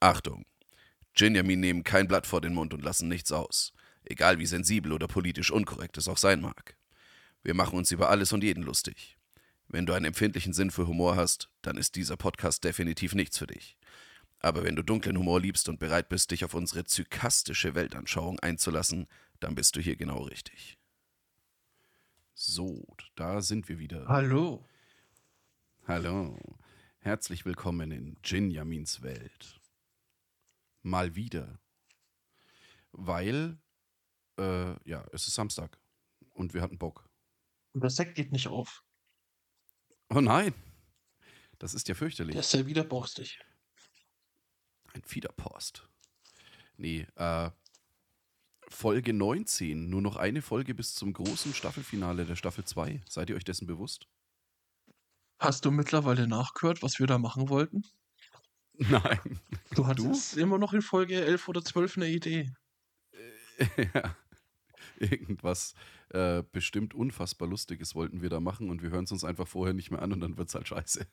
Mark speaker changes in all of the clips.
Speaker 1: Achtung! Ginjamin nehmen kein Blatt vor den Mund und lassen nichts aus. Egal wie sensibel oder politisch unkorrekt es auch sein mag. Wir machen uns über alles und jeden lustig. Wenn du einen empfindlichen Sinn für Humor hast, dann ist dieser Podcast definitiv nichts für dich. Aber wenn du dunklen Humor liebst und bereit bist, dich auf unsere zykastische Weltanschauung einzulassen, dann bist du hier genau richtig. So, da sind wir wieder.
Speaker 2: Hallo.
Speaker 1: Hallo. Herzlich willkommen in Jinjamins Welt. Mal wieder. Weil, äh, ja, es ist Samstag und wir hatten Bock.
Speaker 2: Und das Sekt geht nicht auf.
Speaker 1: Oh nein! Das ist ja fürchterlich.
Speaker 2: Der ist ja wieder borstig.
Speaker 1: Ein Fiederpost. Nee, äh, Folge 19. Nur noch eine Folge bis zum großen Staffelfinale der Staffel 2. Seid ihr euch dessen bewusst?
Speaker 2: Hast du mittlerweile nachgehört, was wir da machen wollten?
Speaker 1: Nein.
Speaker 2: Du
Speaker 1: Du?
Speaker 2: hattest immer noch in Folge 11 oder 12 eine Idee.
Speaker 1: ja. Irgendwas äh, bestimmt unfassbar Lustiges wollten wir da machen und wir hören es uns einfach vorher nicht mehr an und dann wird's halt scheiße.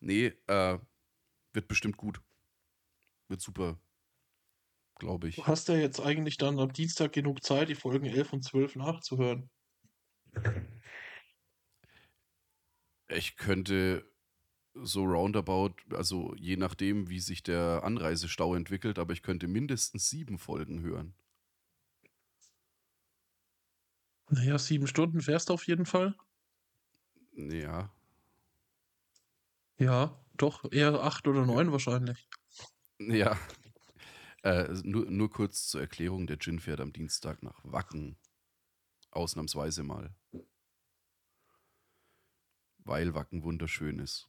Speaker 1: Nee, äh, wird bestimmt gut. Wird super. Glaube ich.
Speaker 2: Du hast ja jetzt eigentlich dann am Dienstag genug Zeit, die Folgen 11 und 12 nachzuhören.
Speaker 1: Ich könnte so roundabout, also je nachdem, wie sich der Anreisestau entwickelt, aber ich könnte mindestens sieben Folgen hören.
Speaker 2: Naja, sieben Stunden fährst du auf jeden Fall.
Speaker 1: Ja,
Speaker 2: Ja, doch, eher acht oder neun wahrscheinlich.
Speaker 1: Ja. Äh, nur, nur kurz zur Erklärung: Der Gin fährt am Dienstag nach Wacken. Ausnahmsweise mal. Weil Wacken wunderschön ist.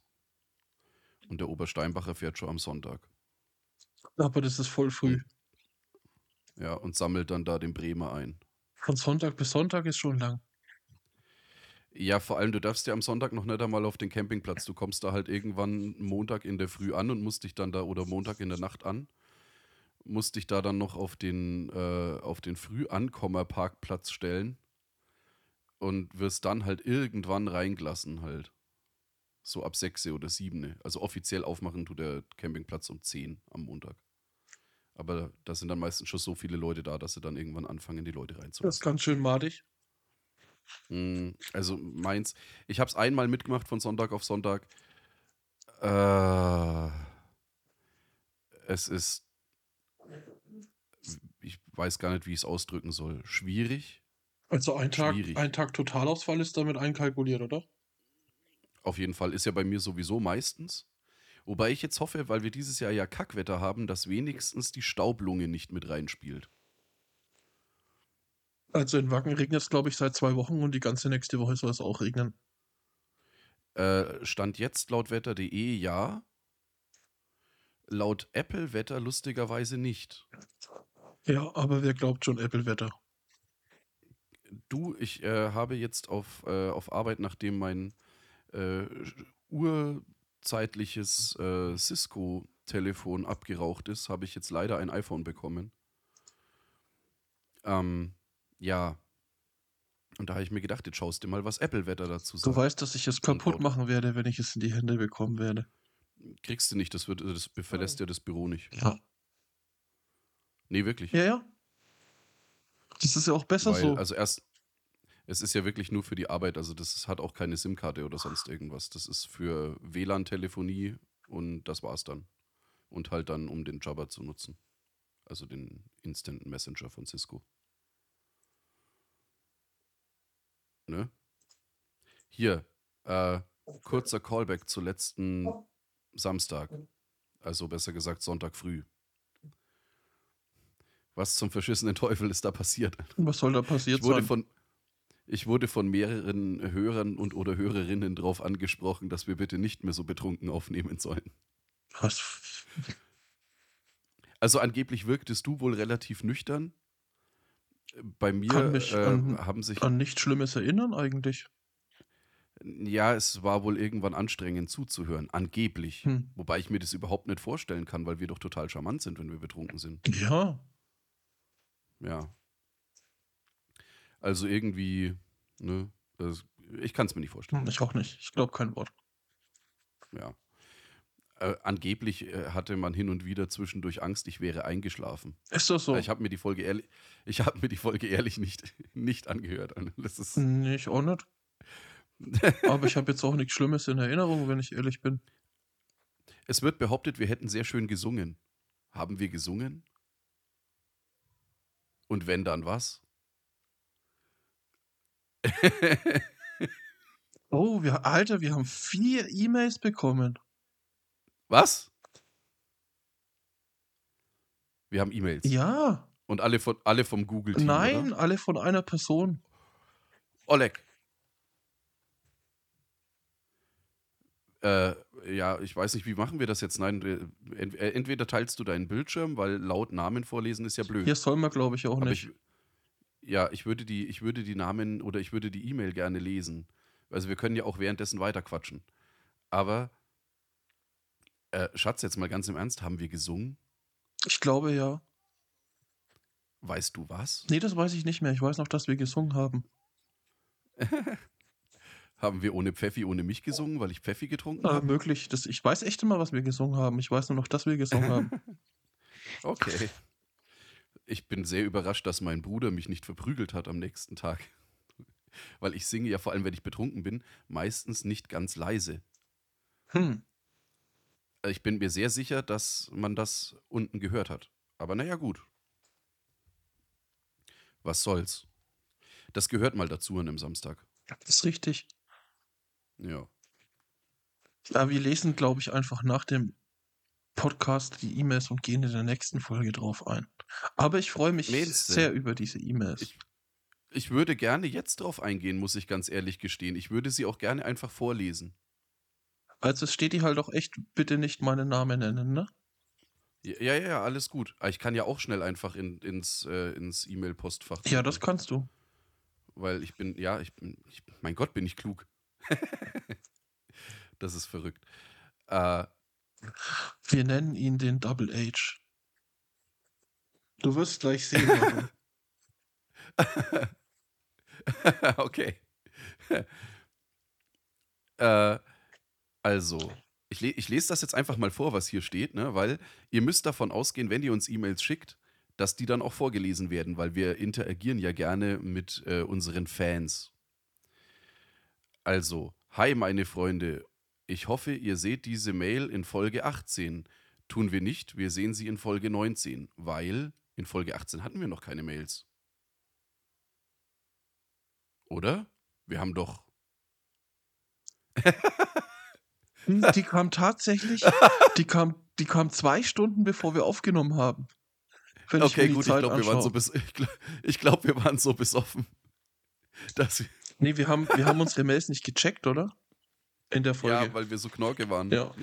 Speaker 1: Und der Obersteinbacher fährt schon am Sonntag.
Speaker 2: Aber das ist voll früh.
Speaker 1: Ja, und sammelt dann da den Bremer ein.
Speaker 2: Von Sonntag bis Sonntag ist schon lang.
Speaker 1: Ja, vor allem, du darfst ja am Sonntag noch nicht einmal auf den Campingplatz. Du kommst da halt irgendwann Montag in der Früh an und musst dich dann da, oder Montag in der Nacht an, musst dich da dann noch auf den, äh, auf den Frühankommerparkplatz stellen und wirst dann halt irgendwann reingelassen halt. So ab 6 oder 7. Also offiziell aufmachen tut der Campingplatz um 10 am Montag. Aber da sind dann meistens schon so viele Leute da, dass sie dann irgendwann anfangen, die Leute reinzulassen.
Speaker 2: Das ist ganz schön madig.
Speaker 1: Mm, Also meins. Ich habe es einmal mitgemacht von Sonntag auf Sonntag. Äh, es ist, ich weiß gar nicht, wie ich es ausdrücken soll. Schwierig,
Speaker 2: Also ein Tag,
Speaker 1: Schwierig.
Speaker 2: ein Tag Totalausfall ist damit einkalkuliert, oder?
Speaker 1: auf jeden Fall. Ist ja bei mir sowieso meistens. Wobei ich jetzt hoffe, weil wir dieses Jahr ja Kackwetter haben, dass wenigstens die Staublunge nicht mit reinspielt.
Speaker 2: Also in Wacken regnet es, glaube ich, seit zwei Wochen und die ganze nächste Woche soll es auch regnen.
Speaker 1: Äh, Stand jetzt laut Wetter.de ja. Laut Apple-Wetter lustigerweise nicht.
Speaker 2: Ja, aber wer glaubt schon Apple-Wetter?
Speaker 1: Du, ich äh, habe jetzt auf, äh, auf Arbeit, nachdem mein äh, urzeitliches äh, Cisco-Telefon abgeraucht ist, habe ich jetzt leider ein iPhone bekommen. Ähm, ja. Und da habe ich mir gedacht, jetzt schaust du mal, was Apple-Wetter dazu
Speaker 2: Du
Speaker 1: sagt.
Speaker 2: weißt, dass ich es kaputt
Speaker 1: Antwort.
Speaker 2: machen werde, wenn ich es in die Hände bekommen werde.
Speaker 1: Kriegst du nicht, das, wird, das verlässt ja das Büro nicht.
Speaker 2: Ja.
Speaker 1: Nee, wirklich.
Speaker 2: Ja, ja. Das ist ja auch besser
Speaker 1: Weil,
Speaker 2: so.
Speaker 1: Also erst, es ist ja wirklich nur für die Arbeit, also das ist, hat auch keine SIM-Karte oder
Speaker 2: Ah.
Speaker 1: sonst irgendwas. Das ist für WLAN-Telefonie und das war's dann. Und halt dann, um den Jabber zu nutzen. Also den Instant Messenger von Cisco. Ne? Hier, äh, kurzer Callback zu letzten Samstag. Also besser gesagt Sonntag früh. Was zum verschissenen Teufel ist da passiert?
Speaker 2: Was soll da passiert
Speaker 1: ich wurde
Speaker 2: sein?
Speaker 1: von ich wurde von mehreren Hörern und oder Hörerinnen darauf angesprochen, dass wir bitte nicht mehr so betrunken aufnehmen sollen.
Speaker 2: Was?
Speaker 1: Also angeblich wirktest du wohl relativ nüchtern. Bei mir
Speaker 2: Kann mich ähm,
Speaker 1: äh,
Speaker 2: an-
Speaker 1: haben sich
Speaker 2: An nichts Schlimmes erinnern eigentlich.
Speaker 1: ja, es war wohl irgendwann anstrengend zuzuhören, angeblich.
Speaker 2: Hm.
Speaker 1: Wobei ich mir das überhaupt nicht vorstellen kann, weil wir doch total charmant sind, wenn wir betrunken sind.
Speaker 2: Ja.
Speaker 1: Ja. Also irgendwie, ne, das, ich kann es mir nicht vorstellen.
Speaker 2: Hm, Ich auch nicht. Ich glaube kein Wort.
Speaker 1: Ja. Äh, angeblich äh, hatte man hin und wieder zwischendurch Angst, ich wäre eingeschlafen.
Speaker 2: Ist das so?
Speaker 1: Ich habe mir die Folge ehrlich, ich habe mir die Folge ehrlich nicht, nicht angehört. Also, Das ist,
Speaker 2: nee, ich auch nicht. Aber ich habe jetzt auch nichts Schlimmes in Erinnerung, wenn ich ehrlich bin.
Speaker 1: Es wird behauptet, wir hätten sehr schön gesungen. Haben wir gesungen? Und wenn dann was?
Speaker 2: Oh, wir, Alter, wir haben vier E-Mails bekommen.
Speaker 1: was? Wir haben E-Mails.
Speaker 2: Ja.
Speaker 1: Und alle, von, alle vom Google-Team.
Speaker 2: Nein,
Speaker 1: Oder?
Speaker 2: alle von einer Person.
Speaker 1: Oleg. Äh, ja, ich weiß nicht, wie machen wir das jetzt? Nein, äh, ent- äh, entweder teilst du deinen Bildschirm, weil laut Namen vorlesen ist ja blöd.
Speaker 2: Hier soll man, glaube ich, auch
Speaker 1: Aber
Speaker 2: nicht.
Speaker 1: ich, ja, ich würde, die, ich würde die Namen oder ich würde die E-Mail gerne lesen. Also wir können ja auch währenddessen weiterquatschen. Aber, äh, Schatz, jetzt mal ganz im Ernst, haben wir gesungen?
Speaker 2: Ich glaube ja.
Speaker 1: Weißt du was?
Speaker 2: Nee, das weiß ich nicht mehr. Ich weiß noch, dass wir gesungen haben.
Speaker 1: Haben wir ohne Pfeffi, ohne mich gesungen, weil ich Pfeffi getrunken
Speaker 2: Ah,
Speaker 1: habe?
Speaker 2: möglich. Das, ich weiß echt immer, was wir gesungen haben. Ich weiß nur noch, dass wir gesungen haben.
Speaker 1: Okay. Ich bin sehr überrascht, dass mein Bruder mich nicht verprügelt hat am nächsten Tag. Weil ich singe ja vor allem, wenn ich betrunken bin, meistens nicht ganz leise. Also
Speaker 2: Hm.
Speaker 1: Ich bin mir sehr sicher, dass man das unten gehört hat. Aber naja, gut. Was soll's? Das gehört mal dazu an einem Samstag.
Speaker 2: Das ist richtig.
Speaker 1: Ja.
Speaker 2: Ja, wir lesen, glaube ich, einfach nach dem Podcast die E-Mails und gehen in der nächsten Folge drauf ein. Aber ich freue mich
Speaker 1: Meinst du?
Speaker 2: sehr über diese E-Mails.
Speaker 1: Ich- Ich würde gerne jetzt drauf eingehen, muss ich ganz ehrlich gestehen. Ich würde sie auch gerne einfach vorlesen.
Speaker 2: Also es steht hier halt auch echt, bitte nicht meinen Namen nennen, ne?
Speaker 1: Ja, ja, ja, alles gut. Ah, Ich kann ja auch schnell einfach in, ins, äh, ins E-Mail-Postfach.
Speaker 2: Ja,
Speaker 1: gucken,
Speaker 2: das kannst du.
Speaker 1: Weil ich bin, ja, ich bin, ich, mein Gott, bin ich klug. das ist verrückt. Äh,
Speaker 2: Wir nennen ihn den Double H. Du wirst gleich sehen. warum.
Speaker 1: okay. äh, also, ich, le ich lese das jetzt einfach mal vor, was hier steht, ne? weil ihr müsst davon ausgehen, wenn ihr uns E-Mails schickt, dass die dann auch vorgelesen werden, weil wir interagieren ja gerne mit äh, unseren Fans. Also, hi meine Freunde, ich hoffe, ihr seht diese Mail in Folge 18. Tun wir nicht, wir sehen sie in Folge 19, weil in Folge 18 hatten wir noch keine Mails. Oder? Wir haben doch.
Speaker 2: Hm, die kam tatsächlich, die kam, die kam zwei Stunden, bevor wir aufgenommen haben. Wenn ich mir
Speaker 1: okay,
Speaker 2: die
Speaker 1: gut, ich
Speaker 2: Zeit
Speaker 1: glaube, wir, waren so
Speaker 2: anschaue.
Speaker 1: bes- ich glaub, ich glaub, wir waren so besoffen. Dass wir,
Speaker 2: Nee, wir haben, wir haben unsere Mails nicht gecheckt, oder? In der Folge.
Speaker 1: ja, weil wir so knorke waren.
Speaker 2: Ja.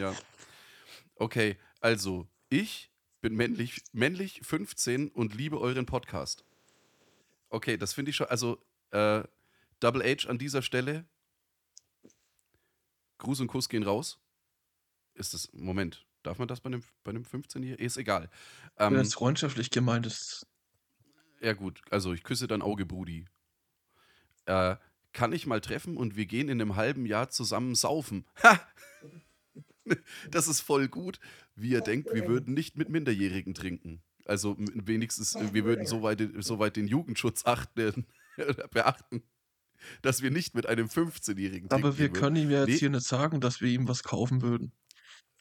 Speaker 1: Okay, also, ich bin männlich, männlich 15 und liebe euren Podcast. Okay, das finde ich schon. Also, äh, Double H an dieser Stelle. Gruß und Kuss gehen raus. Ist das. Moment, darf man das bei einem, bei einem 15-Jährigen? Ist egal. Ähm,
Speaker 2: Wenn es freundschaftlich gemeint ist.
Speaker 1: Ja, gut, also ich küsse dein Auge, Brudi. Äh, kann ich mal treffen und wir gehen in einem halben Jahr zusammen saufen. Ha! Das ist voll gut. Wie ihr denkt, wir würden nicht mit Minderjährigen trinken. Also m- wenigstens, äh, wir würden soweit so weit den Jugendschutz achten, äh, beachten, dass wir nicht mit einem 15-Jährigen trinken.
Speaker 2: Aber wir
Speaker 1: würden.
Speaker 2: können ihm ja jetzt
Speaker 1: Nee.
Speaker 2: hier nicht sagen, dass wir ihm was kaufen würden.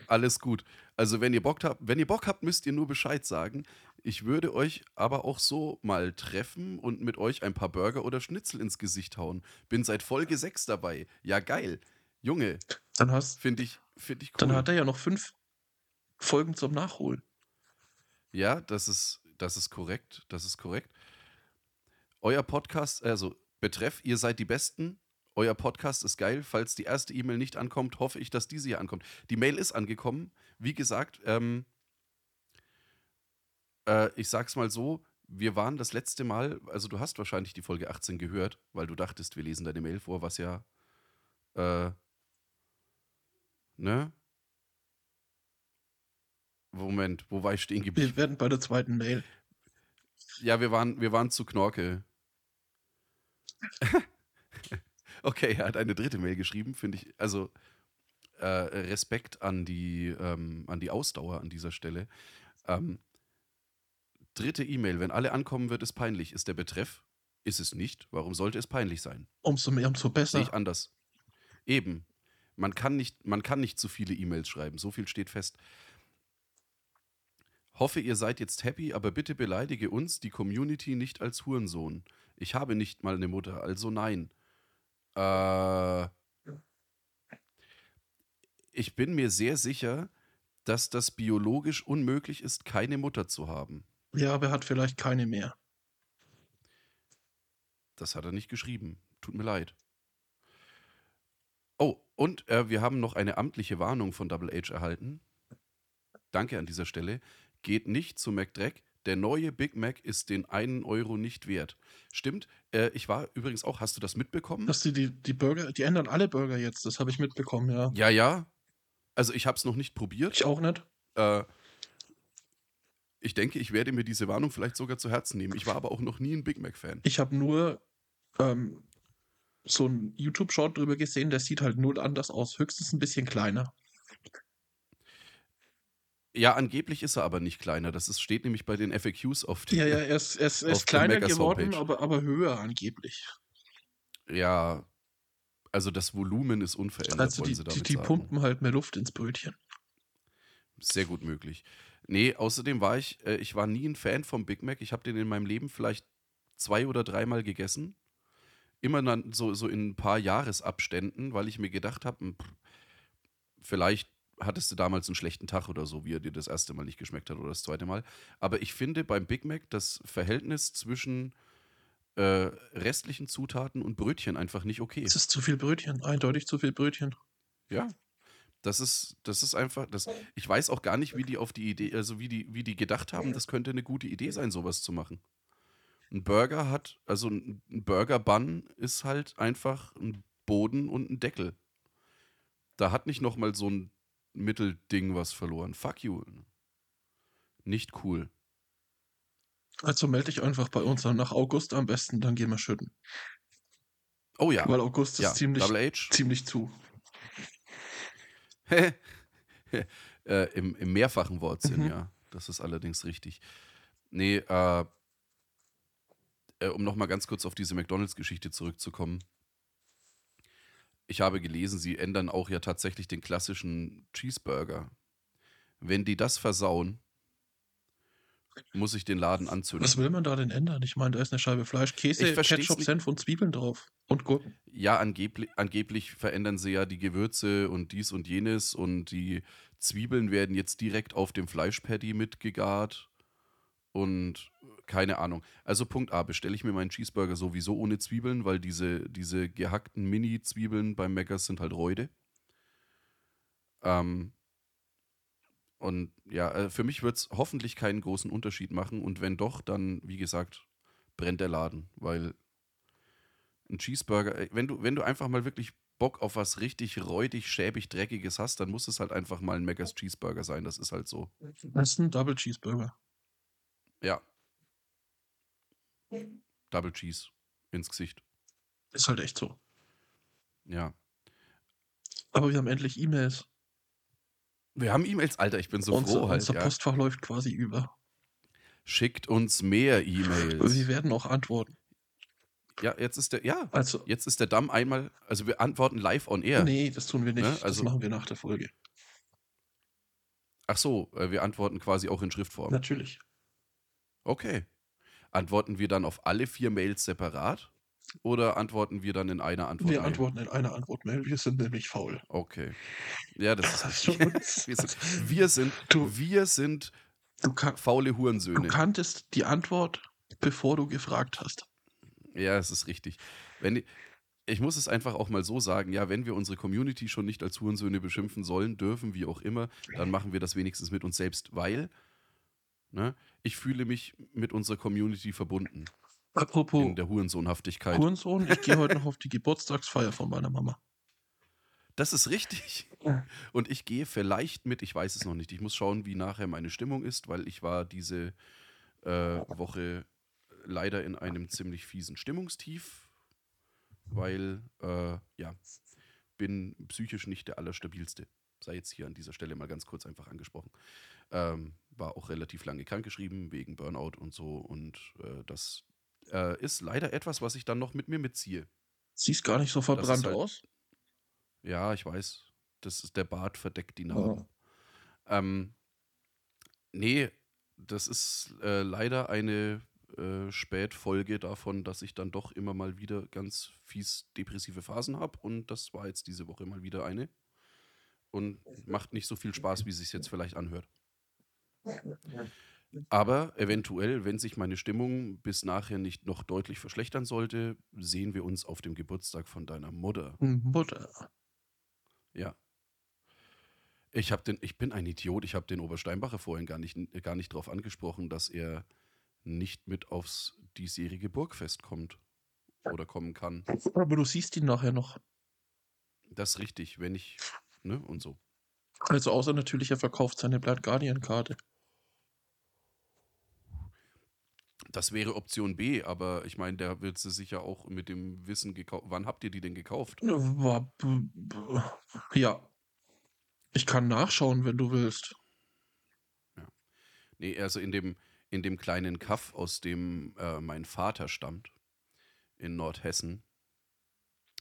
Speaker 1: Alles gut. Also wenn ihr Bock habt, wenn ihr Bock habt, müsst ihr nur Bescheid sagen. Ich würde euch aber auch so mal treffen und mit euch ein paar Burger oder Schnitzel ins Gesicht hauen. Bin seit Folge 6 dabei. Ja, geil. Junge,
Speaker 2: Dann hast,
Speaker 1: finde ich, finde ich cool.
Speaker 2: dann hat er ja noch fünf Folgen zum Nachholen.
Speaker 1: Ja, das ist, das ist korrekt. Das ist korrekt. Euer Podcast, also betreff, ihr seid die Besten. Euer Podcast ist geil. Falls die erste E-Mail nicht ankommt, hoffe ich, dass diese hier ankommt. Die Mail ist angekommen. Wie gesagt, ähm, äh, ich sag's mal so: Wir waren das letzte Mal, also du hast wahrscheinlich die Folge 18 gehört, weil du dachtest, wir lesen deine Mail vor, was ja, äh, ne? Moment, wo war ich stehen geblieben?
Speaker 2: Wir werden bei der zweiten Mail.
Speaker 1: Ja, wir waren, wir waren zu Knorke. okay, er hat eine dritte Mail geschrieben, finde ich. Also, äh, Respekt an die, ähm, an die Ausdauer an dieser Stelle. Ähm, dritte E-Mail, wenn alle ankommen, wird es peinlich. Ist der Betreff? Ist es nicht. Warum sollte es peinlich sein?
Speaker 2: Umso mehr, umso besser.
Speaker 1: Nicht anders. Eben. Man kann nicht, man kann nicht zu viele E-Mails schreiben. So viel steht fest. Hoffe, ihr seid jetzt happy, aber bitte beleidige uns, die Community, nicht als Hurensohn. Ich habe nicht mal eine Mutter, also nein. Äh, ich bin mir sehr sicher, dass das biologisch unmöglich ist, keine Mutter zu haben.
Speaker 2: Ja, aber er hat vielleicht keine mehr.
Speaker 1: Das hat er nicht geschrieben. Tut mir leid. Oh, und äh, wir haben noch eine amtliche Warnung von Double H erhalten. Danke an dieser Stelle. Geht nicht zu McDreck. Der neue Big Mac ist den einen Euro nicht wert. Stimmt. Äh, ich war übrigens auch, hast du das mitbekommen?
Speaker 2: Dass die, die, die Burger, die ändern alle Burger jetzt, das habe ich mitbekommen, ja.
Speaker 1: ja, ja. Also ich habe es noch nicht probiert.
Speaker 2: Ich auch nicht.
Speaker 1: Äh, ich denke, ich werde mir diese Warnung vielleicht sogar zu Herzen nehmen. Ich war aber auch noch nie ein Big Mac-Fan.
Speaker 2: Ich habe nur ähm, so einen YouTube-Short drüber gesehen, der sieht halt null anders aus, höchstens ein bisschen kleiner.
Speaker 1: Ja, angeblich ist er aber nicht kleiner. Das ist, steht nämlich bei den FAQs auf
Speaker 2: Ja, ja, er ist, er ist, er
Speaker 1: Auf
Speaker 2: ist
Speaker 1: der
Speaker 2: kleiner
Speaker 1: Megas
Speaker 2: geworden,
Speaker 1: Homepage.
Speaker 2: aber, aber höher angeblich.
Speaker 1: Ja, also das Volumen ist unverändert,
Speaker 2: Also
Speaker 1: wollen
Speaker 2: die,
Speaker 1: sie
Speaker 2: die,
Speaker 1: damit
Speaker 2: die
Speaker 1: sagen.
Speaker 2: pumpen halt mehr Luft ins Brötchen.
Speaker 1: Sehr gut möglich. Nee, außerdem war ich, äh, ich war nie ein Fan vom Big Mac. Ich habe den in meinem Leben vielleicht zwei oder dreimal gegessen. Immer dann so, so in ein paar Jahresabständen, weil ich mir gedacht habe, vielleicht hattest du damals einen schlechten Tag oder so, wie er dir das erste Mal nicht geschmeckt hat oder das zweite Mal. Aber ich finde beim Big Mac das Verhältnis zwischen äh, restlichen Zutaten und Brötchen einfach nicht okay.
Speaker 2: Es ist zu viel Brötchen, eindeutig zu viel Brötchen.
Speaker 1: Ja. Das ist, das ist einfach, das, ich weiß auch gar nicht, wie die auf die Idee, also wie die, wie die gedacht haben, das könnte eine gute Idee sein, sowas zu machen. Ein Burger hat, also ein ein Burger-Bun ist halt einfach ein Boden und ein Deckel. Da hat nicht nochmal so ein Mittelding was verloren. Fuck you. Nicht cool.
Speaker 2: Also melde dich einfach bei uns an. nach August am besten, dann gehen wir schütten.
Speaker 1: Oh ja,
Speaker 2: Weil August ist
Speaker 1: ja.
Speaker 2: ziemlich,
Speaker 1: Double H.
Speaker 2: ziemlich zu.
Speaker 1: äh, im, Im mehrfachen Wortsinn,
Speaker 2: Mhm.
Speaker 1: ja. Das ist allerdings richtig. Nee, äh, äh, um nochmal ganz kurz auf diese McDonalds-Geschichte zurückzukommen. Ich habe gelesen, sie ändern auch ja tatsächlich den klassischen Cheeseburger. Wenn die das versauen, muss ich den Laden anzünden.
Speaker 2: Was will man da denn ändern? Ich meine, da ist eine Scheibe Fleisch, Käse,
Speaker 1: Ich versteh's
Speaker 2: Ketchup,
Speaker 1: nicht.
Speaker 2: Senf und Zwiebeln drauf. Und Gurken.
Speaker 1: Ja, angeblich, angeblich verändern sie ja die Gewürze und dies und jenes und die Zwiebeln werden jetzt direkt auf dem Fleischpaddy mitgegart und keine Ahnung. Also Punkt A, bestelle ich mir meinen Cheeseburger sowieso ohne Zwiebeln, weil diese, diese gehackten Mini-Zwiebeln beim Meckers sind halt Räude. Ähm, und ja, äh, für mich wird es hoffentlich keinen großen Unterschied machen und wenn doch, dann, wie gesagt, brennt der Laden, weil ein Cheeseburger, äh, wenn du, wenn du einfach mal wirklich Bock auf was richtig räudig, schäbig, dreckiges hast, dann muss es halt einfach mal ein Meckers Cheeseburger sein. Das ist halt so.
Speaker 2: Das ist ein Double Cheeseburger.
Speaker 1: Ja. Double Cheese ins Gesicht.
Speaker 2: Ist halt echt so.
Speaker 1: Ja.
Speaker 2: Aber wir haben endlich E-Mails.
Speaker 1: Wir haben E-Mails, Alter, ich bin so
Speaker 2: unser
Speaker 1: froh halt.
Speaker 2: unser
Speaker 1: Ja.
Speaker 2: Postfach läuft quasi über.
Speaker 1: Schickt uns mehr
Speaker 2: Wir
Speaker 1: E-Mails.
Speaker 2: werden auch antworten.
Speaker 1: Ja, jetzt ist der, ja,
Speaker 2: Also,
Speaker 1: jetzt ist der Damm einmal, also wir antworten live on air.
Speaker 2: nee, das tun wir nicht.
Speaker 1: Ne,
Speaker 2: das
Speaker 1: also-
Speaker 2: machen wir nach der Folge.
Speaker 1: Ach so, äh, wir antworten quasi auch in Schriftform.
Speaker 2: Natürlich.
Speaker 1: Okay. Antworten wir dann auf alle vier Mails separat oder antworten wir dann in einer Antwort?
Speaker 2: wir antworten in einer Antwortmail. Wir sind nämlich faul.
Speaker 1: Okay. Ja, das ist richtig. wir sind, wir sind,
Speaker 2: Du-
Speaker 1: wir sind
Speaker 2: Du, kan
Speaker 1: faule
Speaker 2: du
Speaker 1: Hurensöhne.
Speaker 2: kanntest die Antwort, bevor du gefragt hast.
Speaker 1: Ja, es ist richtig. Wenn, ich muss es einfach auch mal so sagen, ja, wenn wir unsere Community schon nicht als Hurensöhne beschimpfen sollen, dürfen, wie auch immer, dann machen wir das wenigstens mit uns selbst, weil ne, ich fühle mich mit unserer Community verbunden
Speaker 2: Apropos
Speaker 1: in der Hurensohnhaftigkeit.
Speaker 2: Hurensohn, ich gehe heute noch auf die Geburtstagsfeier von meiner Mama.
Speaker 1: Das ist richtig.
Speaker 2: Ja.
Speaker 1: Und ich gehe vielleicht mit, ich weiß es noch nicht. Ich muss schauen, wie nachher meine Stimmung ist, weil ich war diese äh, Woche leider in einem ziemlich fiesen Stimmungstief, weil, äh, ja, bin psychisch nicht der Allerstabilste. Sei jetzt hier an dieser Stelle mal ganz kurz einfach angesprochen. Ähm, war auch relativ lange krankgeschrieben wegen Burnout und so. Und äh, das äh, ist leider etwas, was ich dann noch mit mir mitziehe.
Speaker 2: Siehst gar nicht so verbrannt
Speaker 1: halt-
Speaker 2: aus.
Speaker 1: Ja, ich weiß. Das ist der Bart verdeckt die Narben. Ähm, nee, das ist äh, leider eine äh, Spätfolge davon, dass ich dann doch immer mal wieder ganz fies depressive Phasen habe. Und das war jetzt diese Woche mal wieder eine. Und macht nicht so viel Spaß, wie es sich jetzt vielleicht anhört. Aber eventuell, wenn sich meine Stimmung bis nachher nicht noch deutlich verschlechtern sollte, sehen wir uns auf dem Geburtstag von deiner Mutter.
Speaker 2: Mhm. Mutter.
Speaker 1: Ja. Ich, hab den, ich bin ein Idiot. Ich habe den Obersteinbacher vorhin gar nicht, gar nicht darauf angesprochen, dass er nicht mit aufs diesjährige Burgfest kommt oder kommen kann.
Speaker 2: Aber du siehst ihn nachher noch.
Speaker 1: Das ist richtig, wenn ich, ne, und so.
Speaker 2: Also außer natürlich, er verkauft seine Blood Guardian-Karte.
Speaker 1: Das wäre Option B, aber ich meine, der wird sie sicher auch mit dem Wissen gekauft. Wann habt ihr die denn gekauft?
Speaker 2: War- Äh, b- b- Ja. Ich kann nachschauen, wenn du willst.
Speaker 1: Nee, also in dem, in dem kleinen Kaff, aus dem äh, mein Vater stammt, in Nordhessen,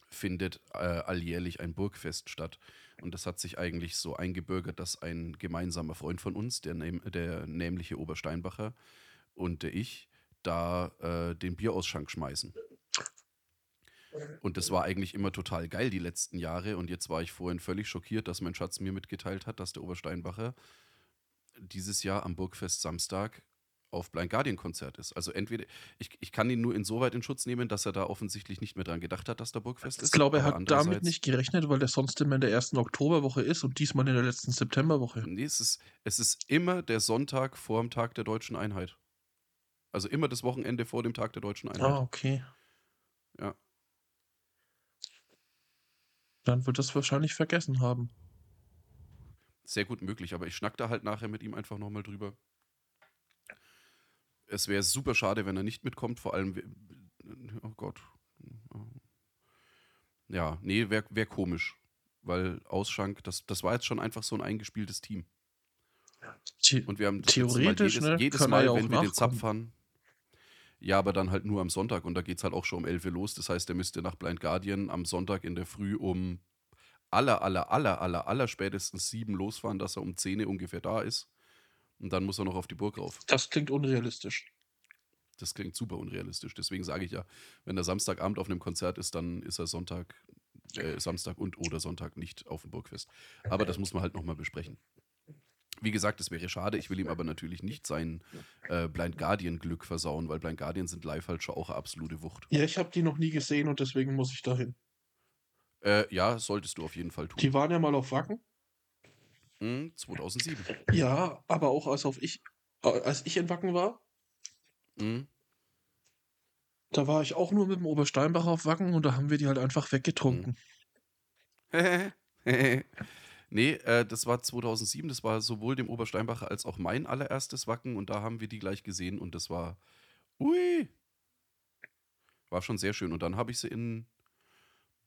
Speaker 1: findet äh, alljährlich ein Burgfest statt. Und das hat sich eigentlich so eingebürgert, dass ein gemeinsamer Freund von uns, der, näm der nämliche Obersteinbacher und der ich, da äh, den Bierausschank schmeißen. Und das war eigentlich immer total geil die letzten Jahre. Und jetzt war ich vorhin völlig schockiert, dass mein Schatz mir mitgeteilt hat, dass der Obersteinbacher dieses Jahr am Burgfest Samstag auf Blind Guardian Konzert ist. Also entweder, ich, ich kann ihn nur insoweit in Schutz nehmen, dass er da offensichtlich nicht mehr dran gedacht hat, dass da Burgfest ist.
Speaker 2: Ich glaube, er
Speaker 1: Aber
Speaker 2: hat damit
Speaker 1: andererseits-
Speaker 2: nicht gerechnet, weil er sonst immer in der ersten Oktoberwoche ist und diesmal in der letzten Septemberwoche.
Speaker 1: Nee, es ist, es ist immer der Sonntag vor dem Tag der deutschen Einheit. Also immer das Wochenende vor dem Tag der deutschen
Speaker 2: Ah,
Speaker 1: Einheit.
Speaker 2: okay.
Speaker 1: Ja.
Speaker 2: Dann wird das wahrscheinlich vergessen haben.
Speaker 1: Sehr gut möglich, aber ich schnack da halt nachher mit ihm einfach nochmal drüber. Es wäre super schade, wenn er nicht mitkommt, vor allem. we- Oh Gott. Ja, nee, wäre wär komisch. Weil Ausschank, das, das war jetzt schon einfach so ein eingespieltes Team.
Speaker 2: Tje,
Speaker 1: Und wir haben das letzte
Speaker 2: Theoretisch,
Speaker 1: Mal jedes,
Speaker 2: ne,
Speaker 1: jedes
Speaker 2: kann er
Speaker 1: Mal,
Speaker 2: ja auch
Speaker 1: wenn wir den
Speaker 2: nachkommen.
Speaker 1: Zapf haben. Ja, aber dann halt nur am Sonntag und da geht es halt auch schon um 11 Uhr los. Das heißt, er müsste nach Blind Guardian am Sonntag in der Früh um aller, aller, aller, aller, aller spätestens 7 losfahren, dass er um 10 Uhr ungefähr da ist. Und dann muss er noch auf die Burg rauf.
Speaker 2: Das klingt unrealistisch.
Speaker 1: Das klingt super unrealistisch. Deswegen sage ich ja, wenn er Samstagabend auf einem Konzert ist, dann ist er Sonntag, äh, Samstag und oder Sonntag nicht auf dem Burgfest. Aber das muss man halt nochmal besprechen. Wie gesagt, es wäre schade. Ich will ihm aber natürlich nicht sein äh, Blind Guardian Glück versauen, weil Blind Guardian sind live halt schon auch eine absolute Wucht.
Speaker 2: Ja, ich habe die noch nie gesehen und deswegen muss ich dahin.
Speaker 1: Äh, ja, solltest du auf jeden Fall
Speaker 2: Die
Speaker 1: tun.
Speaker 2: waren ja mal auf Wacken.
Speaker 1: Hm, 2007.
Speaker 2: Ja, aber auch als auf ich, äh, als ich in Wacken war,
Speaker 1: Hm,
Speaker 2: da war ich auch nur mit dem Obersteinbach auf Wacken und da haben wir die halt einfach
Speaker 1: Hm,
Speaker 2: weggetrunken.
Speaker 1: nee, äh, das war 2007. Das war sowohl dem Obersteinbacher als auch mein allererstes Wacken. Und da haben wir die gleich gesehen. Und das war. Ui! War schon sehr schön. Und dann habe ich sie in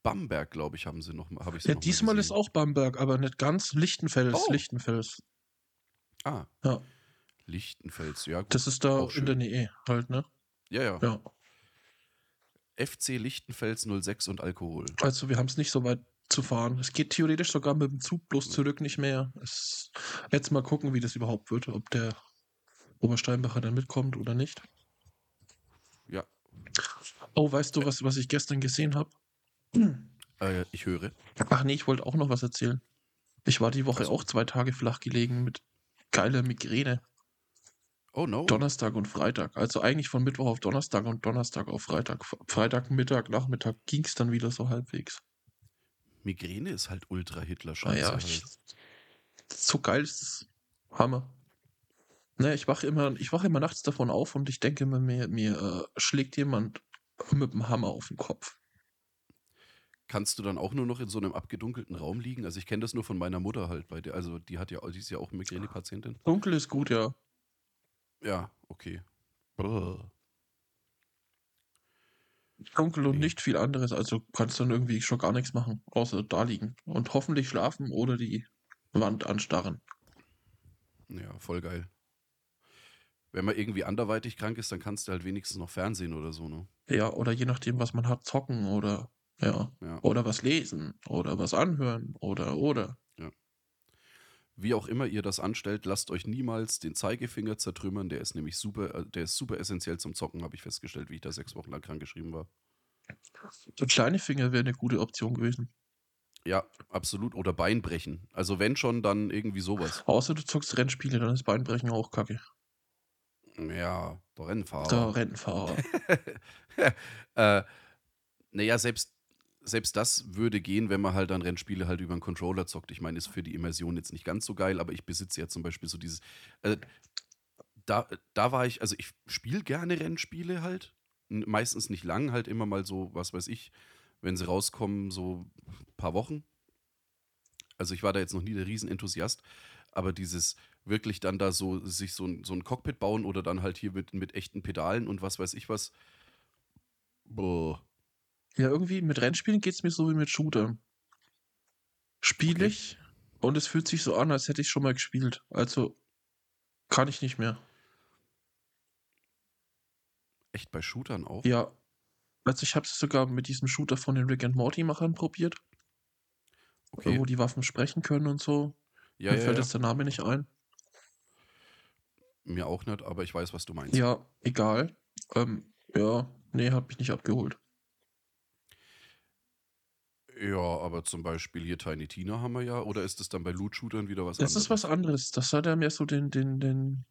Speaker 1: Bamberg, glaube ich, haben sie noch mal. Hab ich sie
Speaker 2: Ja,
Speaker 1: noch mal
Speaker 2: diesmal ist
Speaker 1: gesehen.
Speaker 2: auch Bamberg, aber nicht ganz. Lichtenfels,
Speaker 1: Oh.
Speaker 2: Lichtenfels.
Speaker 1: Ah,
Speaker 2: Ja,
Speaker 1: Lichtenfels, ja. Gut.
Speaker 2: das ist da
Speaker 1: Auch schön.
Speaker 2: in der Nähe halt, ne?
Speaker 1: Ja, ja.
Speaker 2: Ja.
Speaker 1: FC Lichtenfels 06 und Alkohol.
Speaker 2: Also wir haben es nicht so weit zu fahren. Es geht theoretisch sogar mit dem Zug bloß zurück nicht mehr. Es, jetzt mal gucken, wie das überhaupt wird, ob der Obersteinbacher dann mitkommt oder nicht.
Speaker 1: Ja.
Speaker 2: Oh, weißt du, was, was ich gestern gesehen habe?
Speaker 1: Äh, ich höre.
Speaker 2: Ach nee, ich wollte auch noch was erzählen. Ich war die Woche
Speaker 1: Also.
Speaker 2: auch zwei Tage flach gelegen mit geiler Migräne.
Speaker 1: Oh no.
Speaker 2: Donnerstag und Freitag. Also eigentlich von Mittwoch auf Donnerstag und Donnerstag auf Freitag. Freitag, Mittag, Nachmittag ging es dann wieder so halbwegs.
Speaker 1: Migräne ist halt ultra Hitler-Scheiße.
Speaker 2: Naja, ich,
Speaker 1: halt.
Speaker 2: so geil ist es. Hammer. Naja, ich wache immer, ich wach immer nachts davon auf und ich denke immer, mir, mir äh, schlägt jemand mit dem Hammer auf den Kopf.
Speaker 1: Kannst du dann auch nur noch in so einem abgedunkelten Raum liegen? Also ich kenne das nur von meiner Mutter halt bei der. Also die hat ja, die ist ja auch Migränepatientin.
Speaker 2: Dunkel ist gut, ja.
Speaker 1: Ja, okay. Brr.
Speaker 2: Dunkel und
Speaker 1: Nee.
Speaker 2: nicht viel anderes. Also kannst dann irgendwie schon gar nichts machen, außer da liegen und hoffentlich schlafen oder die Wand anstarren.
Speaker 1: Ja, voll geil. Wenn man irgendwie anderweitig krank ist, dann kannst du halt wenigstens noch Fernsehen oder so, ne?
Speaker 2: Ja, oder je nachdem, was man hat, zocken oder ja,
Speaker 1: Ja.
Speaker 2: oder was lesen oder was anhören oder oder.
Speaker 1: Wie auch immer ihr das anstellt, lasst euch niemals den Zeigefinger zertrümmern. Der ist nämlich super, äh, der ist super essentiell zum Zocken, habe ich festgestellt, wie ich da sechs Wochen lang krank geschrieben war.
Speaker 2: So kleine Finger wäre eine gute Option gewesen.
Speaker 1: Ja, absolut. Oder Beinbrechen. Also wenn schon, dann irgendwie sowas.
Speaker 2: Außer du zockst Rennspiele, dann ist Beinbrechen auch kacke.
Speaker 1: Ja, der
Speaker 2: Der
Speaker 1: Rennfahrer.
Speaker 2: Rennfahrer.
Speaker 1: Äh, naja, selbst, selbst das würde gehen, wenn man halt dann Rennspiele halt über einen Controller zockt. Ich meine, ist für die Immersion jetzt nicht ganz so geil, aber ich besitze ja zum Beispiel so dieses. Äh, da, da war ich, also ich spiele gerne Rennspiele halt. N- Meistens nicht lang, halt immer mal so, was weiß ich, wenn sie rauskommen, so ein paar Wochen. Also ich war da jetzt noch nie der Riesenenthusiast, aber dieses wirklich dann da so, sich so ein, so ein Cockpit bauen oder dann halt hier mit, mit echten Pedalen und was weiß ich was. Boah.
Speaker 2: Ja, irgendwie mit Rennspielen geht es mir so wie mit Shootern. Spiel
Speaker 1: Okay.
Speaker 2: ich und es fühlt sich so an, als hätte ich schon mal gespielt. Also kann ich nicht mehr.
Speaker 1: Echt bei Shootern auch?
Speaker 2: Ja. Also ich habe es sogar mit diesem Shooter von den Rick and Morty-Machern probiert,
Speaker 1: Okay.
Speaker 2: wo die Waffen sprechen können und so.
Speaker 1: Ja,
Speaker 2: Mir
Speaker 1: ja,
Speaker 2: fällt
Speaker 1: ja.
Speaker 2: jetzt der Name nicht ein.
Speaker 1: Mir auch nicht, aber ich weiß, was du meinst.
Speaker 2: Ja, egal. Ähm, ja, nee, hat mich nicht abgeholt.
Speaker 1: Ja, aber zum Beispiel hier Tiny Tina haben wir ja. Oder ist es dann bei Loot-Shootern wieder was
Speaker 2: Das ist was anderes. Das hat ja mehr so den, den, den,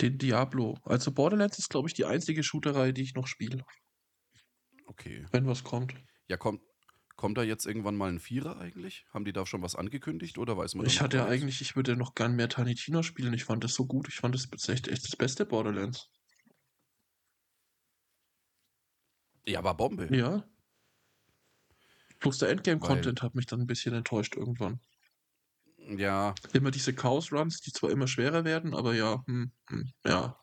Speaker 2: den Diablo. Also Borderlands ist, glaube ich, die einzige Shooterei, die ich noch spiele,
Speaker 1: Okay.
Speaker 2: wenn was kommt.
Speaker 1: Ja, kommt, kommt da jetzt irgendwann mal ein Vierer eigentlich? Haben die da schon was angekündigt oder weiß man da
Speaker 2: Ich
Speaker 1: noch
Speaker 2: hatte ja
Speaker 1: gar nichts?
Speaker 2: eigentlich, ich würde ja noch gern mehr Tiny Tina spielen. Ich fand das so gut. Ich fand das ist echt, echt das beste Borderlands.
Speaker 1: Ja, aber Bombe.
Speaker 2: Ja. Plus der Endgame-Content hat mich dann ein bisschen enttäuscht irgendwann.
Speaker 1: Ja.
Speaker 2: Immer diese Chaos-Runs, die zwar immer schwerer werden, aber ja, hm, hm, ja.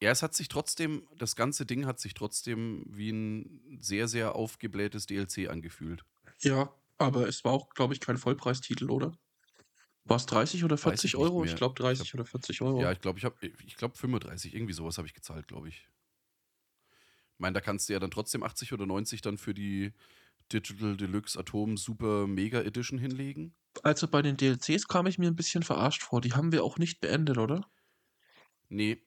Speaker 1: Ja, es hat sich trotzdem, das ganze Ding hat sich trotzdem wie ein sehr, sehr aufgeblähtes DLC angefühlt.
Speaker 2: Ja, aber es war auch, glaube ich, kein Vollpreistitel, oder? War es 30 oder
Speaker 1: ich
Speaker 2: 40
Speaker 1: nicht
Speaker 2: Euro?
Speaker 1: mehr.
Speaker 2: Ich glaube 30 oder 40 Euro.
Speaker 1: Ja, ich glaube, ich habe, ich glaube 35, irgendwie sowas habe ich gezahlt, glaube ich. Ich meine, da kannst du ja dann trotzdem 80 oder 90 dann für die Digital Deluxe Atom Super Mega Edition hinlegen.
Speaker 2: Also bei den DLCs kam ich mir ein bisschen verarscht vor. Die haben wir auch nicht beendet, oder?
Speaker 1: Nee.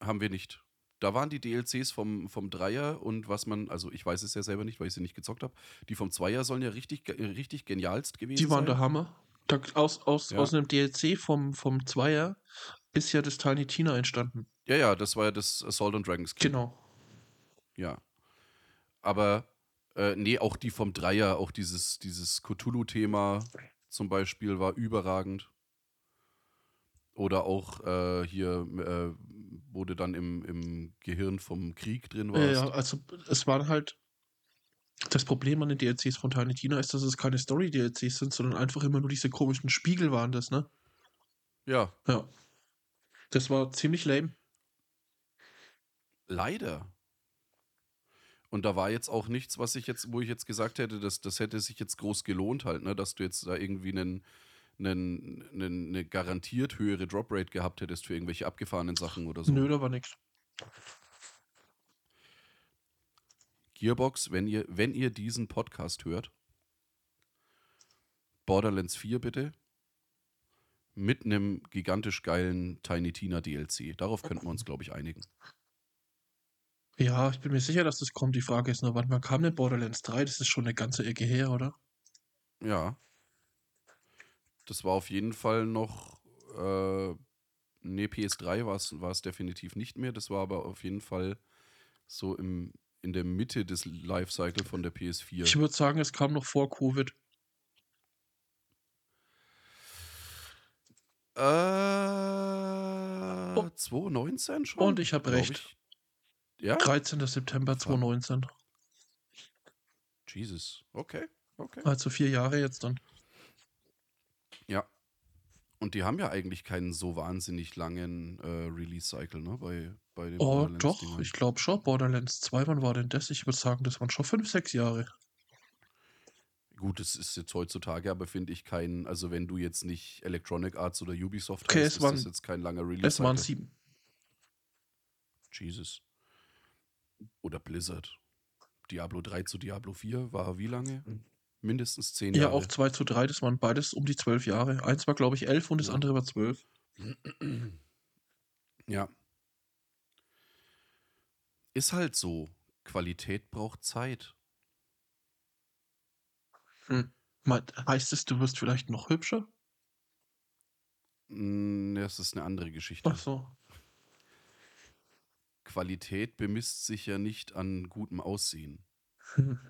Speaker 1: Haben wir nicht. Da waren die DLCs vom, vom Dreier und was man, also ich weiß es ja selber nicht, weil ich sie nicht gezockt habe. Die vom Zweier sollen ja richtig, ge- richtig genialst gewesen
Speaker 2: Die waren
Speaker 1: sein.
Speaker 2: der Hammer. Da, aus, aus,
Speaker 1: Ja.
Speaker 2: aus einem DLC vom, vom Zweier ist ja das Tiny Tina entstanden.
Speaker 1: Ja, ja, das war ja das Assault on Dragons Kind.
Speaker 2: Genau.
Speaker 1: Ja. Aber, äh, nee, auch die vom Dreier, auch dieses, dieses Cthulhu-Thema zum Beispiel war überragend. Oder auch äh, hier, äh, wo du dann im, im Gehirn vom Krieg drin warst.
Speaker 2: Ja, also es waren halt. Das Problem an den DLCs von Tiny Tina ist, dass es keine Story-DLCs sind, sondern einfach immer nur diese komischen Spiegel waren das, ne?
Speaker 1: ja,
Speaker 2: Ja. Das war ziemlich lame.
Speaker 1: Leider. Und da war jetzt auch nichts, was ich jetzt, wo ich jetzt gesagt hätte, das, das hätte sich jetzt groß gelohnt halt, ne? dass du jetzt da irgendwie einen, einen, einen, eine ne garantiert höhere Droprate gehabt hättest für irgendwelche abgefahrenen Sachen oder so.
Speaker 2: Nö, da war nix.
Speaker 1: Gearbox, wenn ihr, wenn ihr diesen Podcast hört, Borderlands 4 bitte, mit einem gigantisch geilen Tiny Tina DLC. Darauf könnten wir uns, glaube ich, einigen.
Speaker 2: Ja, ich bin mir sicher, dass das kommt. Die Frage ist nur, wann, wann kam denn Borderlands 3? Das ist schon eine ganze Ecke her, oder?
Speaker 1: Ja. Das war auf jeden Fall noch. Äh, nee, PS3 war es definitiv nicht mehr. Das war aber auf jeden Fall so im, in der Mitte des Lifecycle von der PS4.
Speaker 2: Ich würde sagen, es kam noch vor Covid.
Speaker 1: äh, 2019 schon?
Speaker 2: Oh. Und ich hab
Speaker 1: Glaub
Speaker 2: recht.
Speaker 1: Ich. Ja?
Speaker 2: 13. September 2019.
Speaker 1: Jesus. Okay. Okay.
Speaker 2: Also vier Jahre jetzt dann.
Speaker 1: Ja. Und die haben ja eigentlich keinen so wahnsinnig langen äh, Release-Cycle, ne? Bei, bei den
Speaker 2: Oh,
Speaker 1: Borderlands
Speaker 2: doch,
Speaker 1: Dingern.
Speaker 2: ich glaube schon. Borderlands 2, wann war denn das? Ich würde sagen, das waren schon 5, 6 Jahre.
Speaker 1: Gut, es ist jetzt heutzutage, aber finde ich kein, also wenn du jetzt nicht Electronic Arts oder Ubisoft
Speaker 2: Okay, es
Speaker 1: heißt, ist
Speaker 2: waren-
Speaker 1: das jetzt kein langer
Speaker 2: Es waren
Speaker 1: Release-Cycle.
Speaker 2: 7.
Speaker 1: Jesus. Oder Blizzard. Diablo 3 zu Diablo 4 war wie lange? Mindestens zehn
Speaker 2: Hm. Ja,
Speaker 1: Jahre.
Speaker 2: auch 2 zu 3, das waren beides um die 12 Jahre. Eins war, glaube ich, 11 und das
Speaker 1: Ja.
Speaker 2: andere war 12.
Speaker 1: Ja. Ist halt so. Qualität braucht Zeit.
Speaker 2: Me- Heißt es, du wirst vielleicht noch hübscher?
Speaker 1: Mm, Das ist eine andere Geschichte.
Speaker 2: Ach so.
Speaker 1: Qualität bemisst sich ja nicht an gutem Aussehen,
Speaker 2: Hm.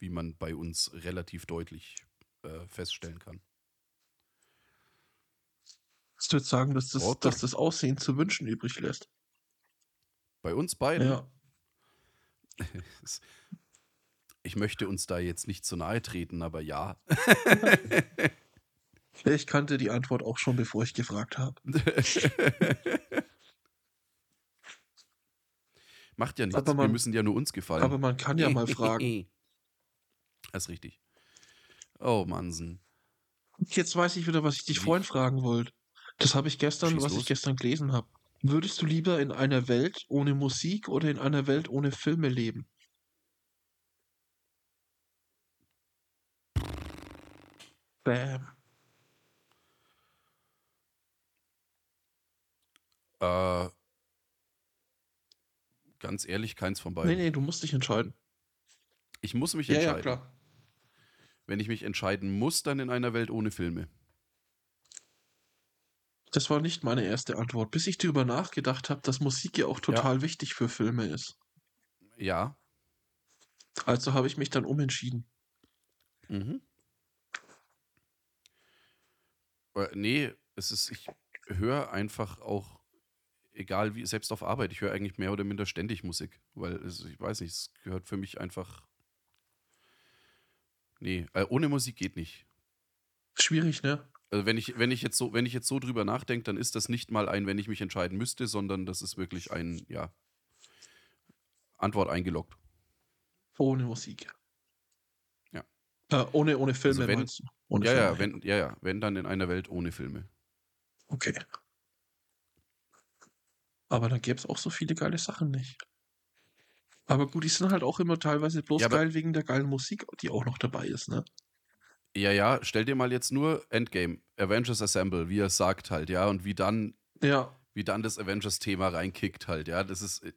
Speaker 1: wie man bei uns relativ deutlich äh, feststellen kann.
Speaker 2: Ich würde sagen, dass das,
Speaker 1: Rotter.
Speaker 2: dass das Aussehen zu wünschen übrig lässt.
Speaker 1: Bei uns beiden.
Speaker 2: Ja.
Speaker 1: Ich möchte uns da jetzt nicht zu nahe treten, aber ja.
Speaker 2: Ich kannte die Antwort auch schon, bevor ich gefragt habe.
Speaker 1: Macht ja nichts.
Speaker 2: Aber
Speaker 1: Wir
Speaker 2: man-
Speaker 1: müssen ja nur uns gefallen.
Speaker 2: Aber man kann ja mal fragen.
Speaker 1: Das ist richtig. Oh, Mansen.
Speaker 2: Jetzt weiß ich wieder, was ich dich
Speaker 1: Wie?
Speaker 2: vorhin fragen wollte. Das habe ich gestern,
Speaker 1: Schieß
Speaker 2: was
Speaker 1: los.
Speaker 2: ich gestern gelesen habe. Würdest du lieber in einer Welt ohne Musik oder in einer Welt ohne Filme leben? Bam.
Speaker 1: Äh, ganz ehrlich, keins von beiden.
Speaker 2: Nee, nee, du musst dich entscheiden.
Speaker 1: Ich muss mich
Speaker 2: Ja,
Speaker 1: entscheiden.
Speaker 2: ja, klar.
Speaker 1: Wenn ich mich entscheiden muss, dann in einer Welt ohne Filme.
Speaker 2: Das war nicht meine erste Antwort, bis ich darüber nachgedacht habe, dass Musik ja auch total wichtig für Filme ist.
Speaker 1: Ja.
Speaker 2: Also habe ich mich dann umentschieden.
Speaker 1: Mhm. Äh, nee, es ist, ich höre einfach auch, egal wie, selbst auf Arbeit, ich höre eigentlich mehr oder minder ständig Musik, weil es, ich weiß nicht, es gehört für mich einfach. Nee, äh, ohne Musik geht nicht.
Speaker 2: Schwierig, ne?
Speaker 1: Also wenn ich, wenn ich jetzt so, wenn ich jetzt so drüber nachdenke, dann ist das nicht mal ein, wenn ich mich entscheiden müsste, sondern das ist wirklich ein, ja. Antwort eingeloggt.
Speaker 2: Ohne Musik.
Speaker 1: Ja. Also
Speaker 2: Äh, ohne, ohne Filme
Speaker 1: wenn-
Speaker 2: meinst du? Ohne
Speaker 1: Ja,
Speaker 2: Filme.
Speaker 1: ja, wenn, ja, ja, wenn dann in einer Welt ohne Filme.
Speaker 2: Okay. Aber dann gäbe es auch so viele geile Sachen nicht. Aber gut, die sind halt auch immer teilweise bloß
Speaker 1: Ja, aber-
Speaker 2: geil wegen der geilen Musik, die auch noch dabei ist, ne?
Speaker 1: Ja, ja, stell dir mal jetzt nur Endgame, Avengers Assemble, wie er es sagt halt, ja, und wie dann,
Speaker 2: Ja,
Speaker 1: wie dann das Avengers-Thema reinkickt halt, ja, das ist, äh,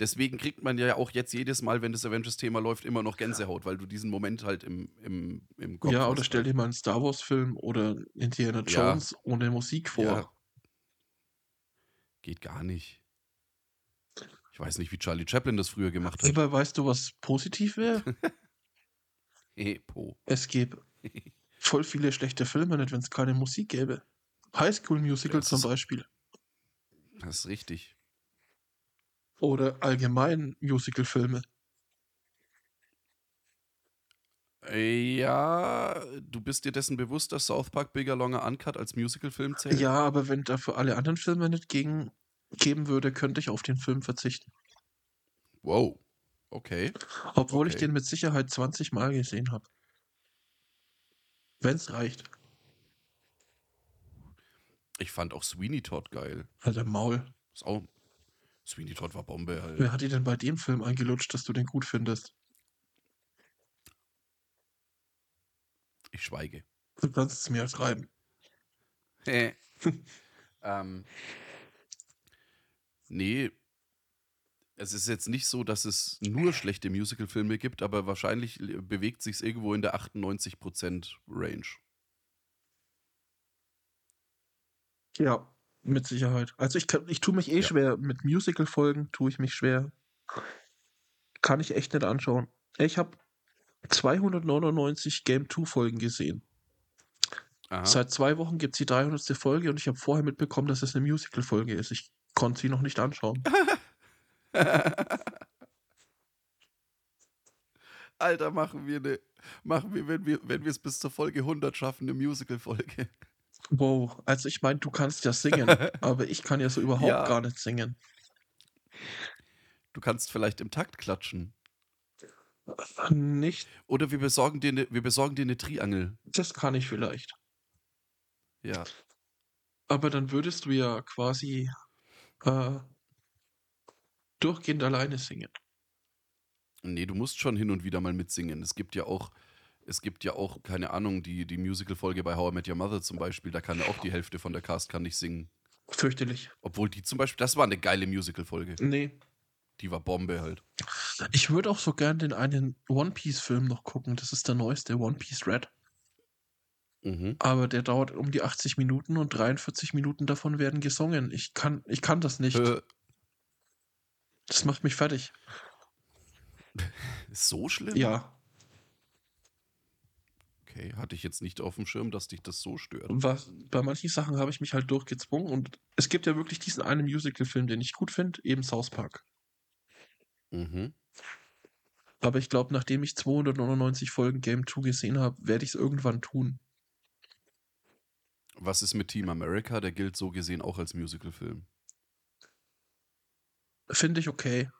Speaker 1: deswegen kriegt man ja auch jetzt jedes Mal, wenn das Avengers-Thema läuft, immer noch Gänsehaut, weil du diesen Moment halt im, im, im Kopf
Speaker 2: ja,
Speaker 1: hast. halt.
Speaker 2: oder stell dir mal einen Star Wars-Film oder einen Indiana
Speaker 1: Ja.
Speaker 2: Jones ohne Musik vor.
Speaker 1: Ja. Geht gar nicht. Ich weiß nicht, wie Charlie Chaplin das früher gemacht hat.
Speaker 2: Aber weißt du, was positiv wäre?
Speaker 1: Hey, po.
Speaker 2: es gäbe voll viele schlechte Filme nicht, wenn es keine Musik gäbe. High School Musical
Speaker 1: Das
Speaker 2: zum
Speaker 1: ist-
Speaker 2: Beispiel.
Speaker 1: Das ist richtig.
Speaker 2: Oder allgemein Musical-Filme.
Speaker 1: Äh, Ja, du bist dir dessen bewusst, dass South Park Bigger Longer Uncut als Musicalfilm zählt?
Speaker 2: Ja, aber wenn dafür alle anderen Filme nicht gegen geben würde, könnte ich auf den Film verzichten.
Speaker 1: Wow. Okay.
Speaker 2: Obwohl ich
Speaker 1: Okay.
Speaker 2: den mit Sicherheit 20 Mal gesehen habe. Wenn's reicht.
Speaker 1: Ich fand auch Sweeney Todd geil.
Speaker 2: Alter Maul.
Speaker 1: Ist auch. Sweeney Todd war Bombe halt.
Speaker 2: Wer hat dir denn bei dem Film eingelutscht, dass du den gut findest?
Speaker 1: Ich schweige.
Speaker 2: Du kannst es mir ja schreiben.
Speaker 1: ähm, nee. Es ist jetzt nicht so, dass es nur schlechte Musicalfilme gibt, aber wahrscheinlich l- bewegt sich irgendwo in der 98% Range.
Speaker 2: Ja, mit Sicherheit. Also ich, kann, ich tue mich eh
Speaker 1: Ja.
Speaker 2: schwer. Mit Musical-Folgen tue ich mich schwer. Kann ich echt nicht anschauen. Ich habe 299 Game 2-Folgen gesehen.
Speaker 1: Aha.
Speaker 2: Seit zwei Wochen gibt es die 300. Folge und ich habe vorher mitbekommen, dass es eine Musical-Folge ist. Ich konnte sie noch nicht anschauen.
Speaker 1: Alter, ne, machen wir eine, machen wir, wenn wir, wenn wir es bis zur Folge 100 schaffen, eine ne Musical-Folge.
Speaker 2: Wow, also ich meine, du kannst ja singen, aber ich kann ja so überhaupt
Speaker 1: Ja.
Speaker 2: gar nicht singen.
Speaker 1: Du kannst vielleicht im Takt klatschen.
Speaker 2: Nicht,
Speaker 1: Oder wir besorgen dir eine, wir besorgen dir eine Triangel.
Speaker 2: das kann ich vielleicht.
Speaker 1: Ja.
Speaker 2: Aber dann würdest du ja quasi äh, durchgehend alleine singen.
Speaker 1: Nee, du musst schon hin und wieder mal mitsingen. Es gibt ja auch, es gibt ja auch, keine Ahnung, die, die Musical-Folge bei How I Met Your Mother zum Beispiel, da kann ja auch die Hälfte von der Cast kann nicht singen.
Speaker 2: Fürchterlich.
Speaker 1: Obwohl die zum Beispiel, das war eine geile Musical-Folge.
Speaker 2: Nee.
Speaker 1: Die war Bombe halt.
Speaker 2: Ich würde auch so gern den einen One Piece-Film noch gucken. Das ist der neueste One Piece Red.
Speaker 1: Mhm.
Speaker 2: Aber der dauert um die 80 Minuten und 43 Minuten davon werden gesungen. Ich kann, ich kann das nicht.
Speaker 1: Äh,
Speaker 2: Das macht mich fertig.
Speaker 1: ist so schlimm?
Speaker 2: Ja.
Speaker 1: Okay, hatte ich jetzt nicht auf dem Schirm, dass dich das so stört.
Speaker 2: Was, bei manchen Sachen habe ich mich halt durchgezwungen und es gibt ja wirklich diesen einen Musical-Film, den ich gut finde, eben South Park.
Speaker 1: Mhm.
Speaker 2: Aber ich glaube, nachdem ich 299 Folgen Game 2 gesehen habe, werde ich es irgendwann tun.
Speaker 1: Was ist mit Team America? Der gilt so gesehen auch als Musical-Film.
Speaker 2: Finde ich okay.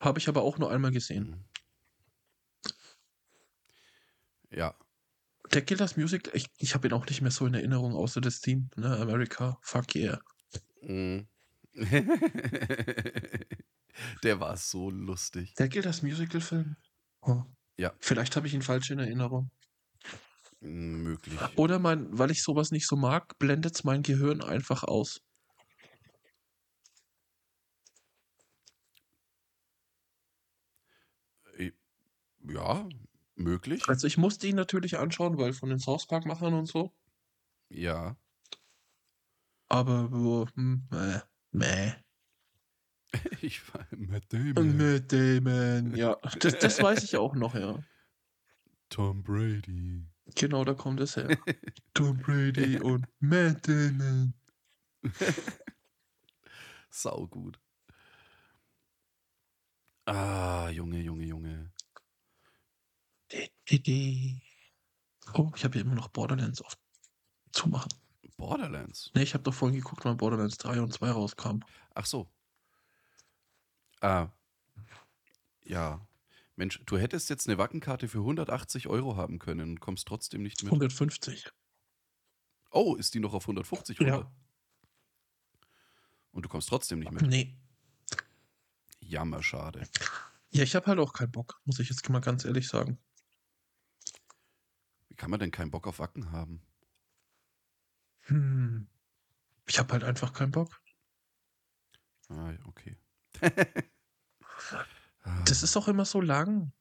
Speaker 2: Habe ich aber auch nur einmal gesehen.
Speaker 1: Mhm. Ja,
Speaker 2: Der gilt als Musical, ich, ich habe ihn auch nicht mehr so in Erinnerung, außer das Team, ne, America, fuck yeah.
Speaker 1: Mm. Der war so lustig.
Speaker 2: Der gilt als Musical-Film? Huh.
Speaker 1: Ja.
Speaker 2: Vielleicht habe ich ihn falsch in Erinnerung.
Speaker 1: Mm, Möglich.
Speaker 2: Oder mein, weil ich sowas nicht so mag, blendet es mein Gehirn einfach aus.
Speaker 1: Ja, möglich.
Speaker 2: Also ich musste ihn natürlich anschauen, weil von den South Park Machern und so.
Speaker 1: Ja.
Speaker 2: Aber wo, hm, meh, meh.
Speaker 1: Ich war Matt
Speaker 2: Und
Speaker 1: Damon,
Speaker 2: mit Damon, ja. Das, das weiß ich auch noch, ja.
Speaker 1: Tom Brady.
Speaker 2: Genau, da kommt es her. Tom Brady und Matt Damon.
Speaker 1: Sau gut. Ah, Junge, Junge, Junge.
Speaker 2: Di, di, di. Oh, ich habe hier immer noch Borderlands auf zumachen.
Speaker 1: Borderlands.
Speaker 2: Ne, ich habe doch vorhin geguckt, wann Borderlands 3 und 2 rauskam.
Speaker 1: Ach so. Ah. Ja. Mensch, du hättest jetzt eine Wackenkarte für 180 Euro haben können und kommst trotzdem nicht mit.
Speaker 2: 150.
Speaker 1: Oh, ist die noch auf 150 runter?
Speaker 2: Ja.
Speaker 1: Und du kommst trotzdem nicht mit.
Speaker 2: Nee.
Speaker 1: Jammerschade.
Speaker 2: Ja, ich habe halt auch keinen Bock, muss ich jetzt mal ganz ehrlich sagen.
Speaker 1: Wie kann man denn keinen Bock auf Wacken haben?
Speaker 2: Hm. Ich habe halt einfach keinen Bock.
Speaker 1: Ah, ja, okay. Ah,
Speaker 2: Das ist auch immer so lang.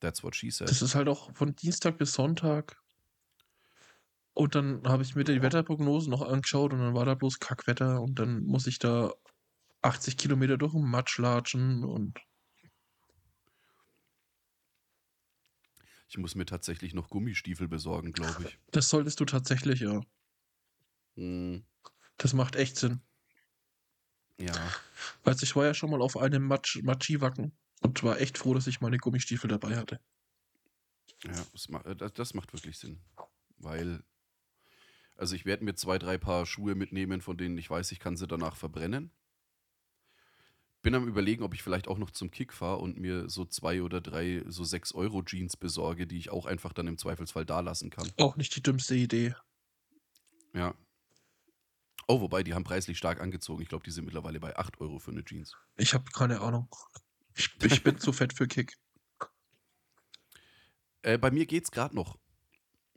Speaker 1: That's what she said.
Speaker 2: Das ist halt auch von Dienstag bis Sonntag. Und dann habe ich mir die Wetterprognosen noch angeschaut und dann war da bloß Kackwetter und dann muss ich da 80 Kilometer durch den Matsch latschen und
Speaker 1: Ich muss mir tatsächlich noch Gummistiefel besorgen, glaube ich.
Speaker 2: das solltest du tatsächlich, ja.
Speaker 1: Hm,
Speaker 2: Das macht echt Sinn.
Speaker 1: ja.
Speaker 2: Also ich war ja schon mal auf einem Matsch, Matschiwacken und war echt froh, dass ich meine Gummistiefel dabei hatte.
Speaker 1: ja das, ma äh, das, das macht wirklich Sinn. Weil, also ich werde mir zwei, drei Paar Schuhe mitnehmen, von denen ich weiß, ich kann sie danach verbrennen. Bin am überlegen, ob ich vielleicht auch noch zum Kick fahre und mir so zwei oder drei, so sechs Euro Jeans besorge, die ich auch einfach dann im Zweifelsfall da lassen kann.
Speaker 2: Auch nicht die dümmste Idee.
Speaker 1: Ja. Oh, wobei, die haben preislich stark angezogen. Ich glaube, die sind mittlerweile bei 8 Euro für eine Jeans.
Speaker 2: Ich habe keine Ahnung. Ich, ich bin zu fett für Kick.
Speaker 1: Äh, bei mir geht's gerade noch.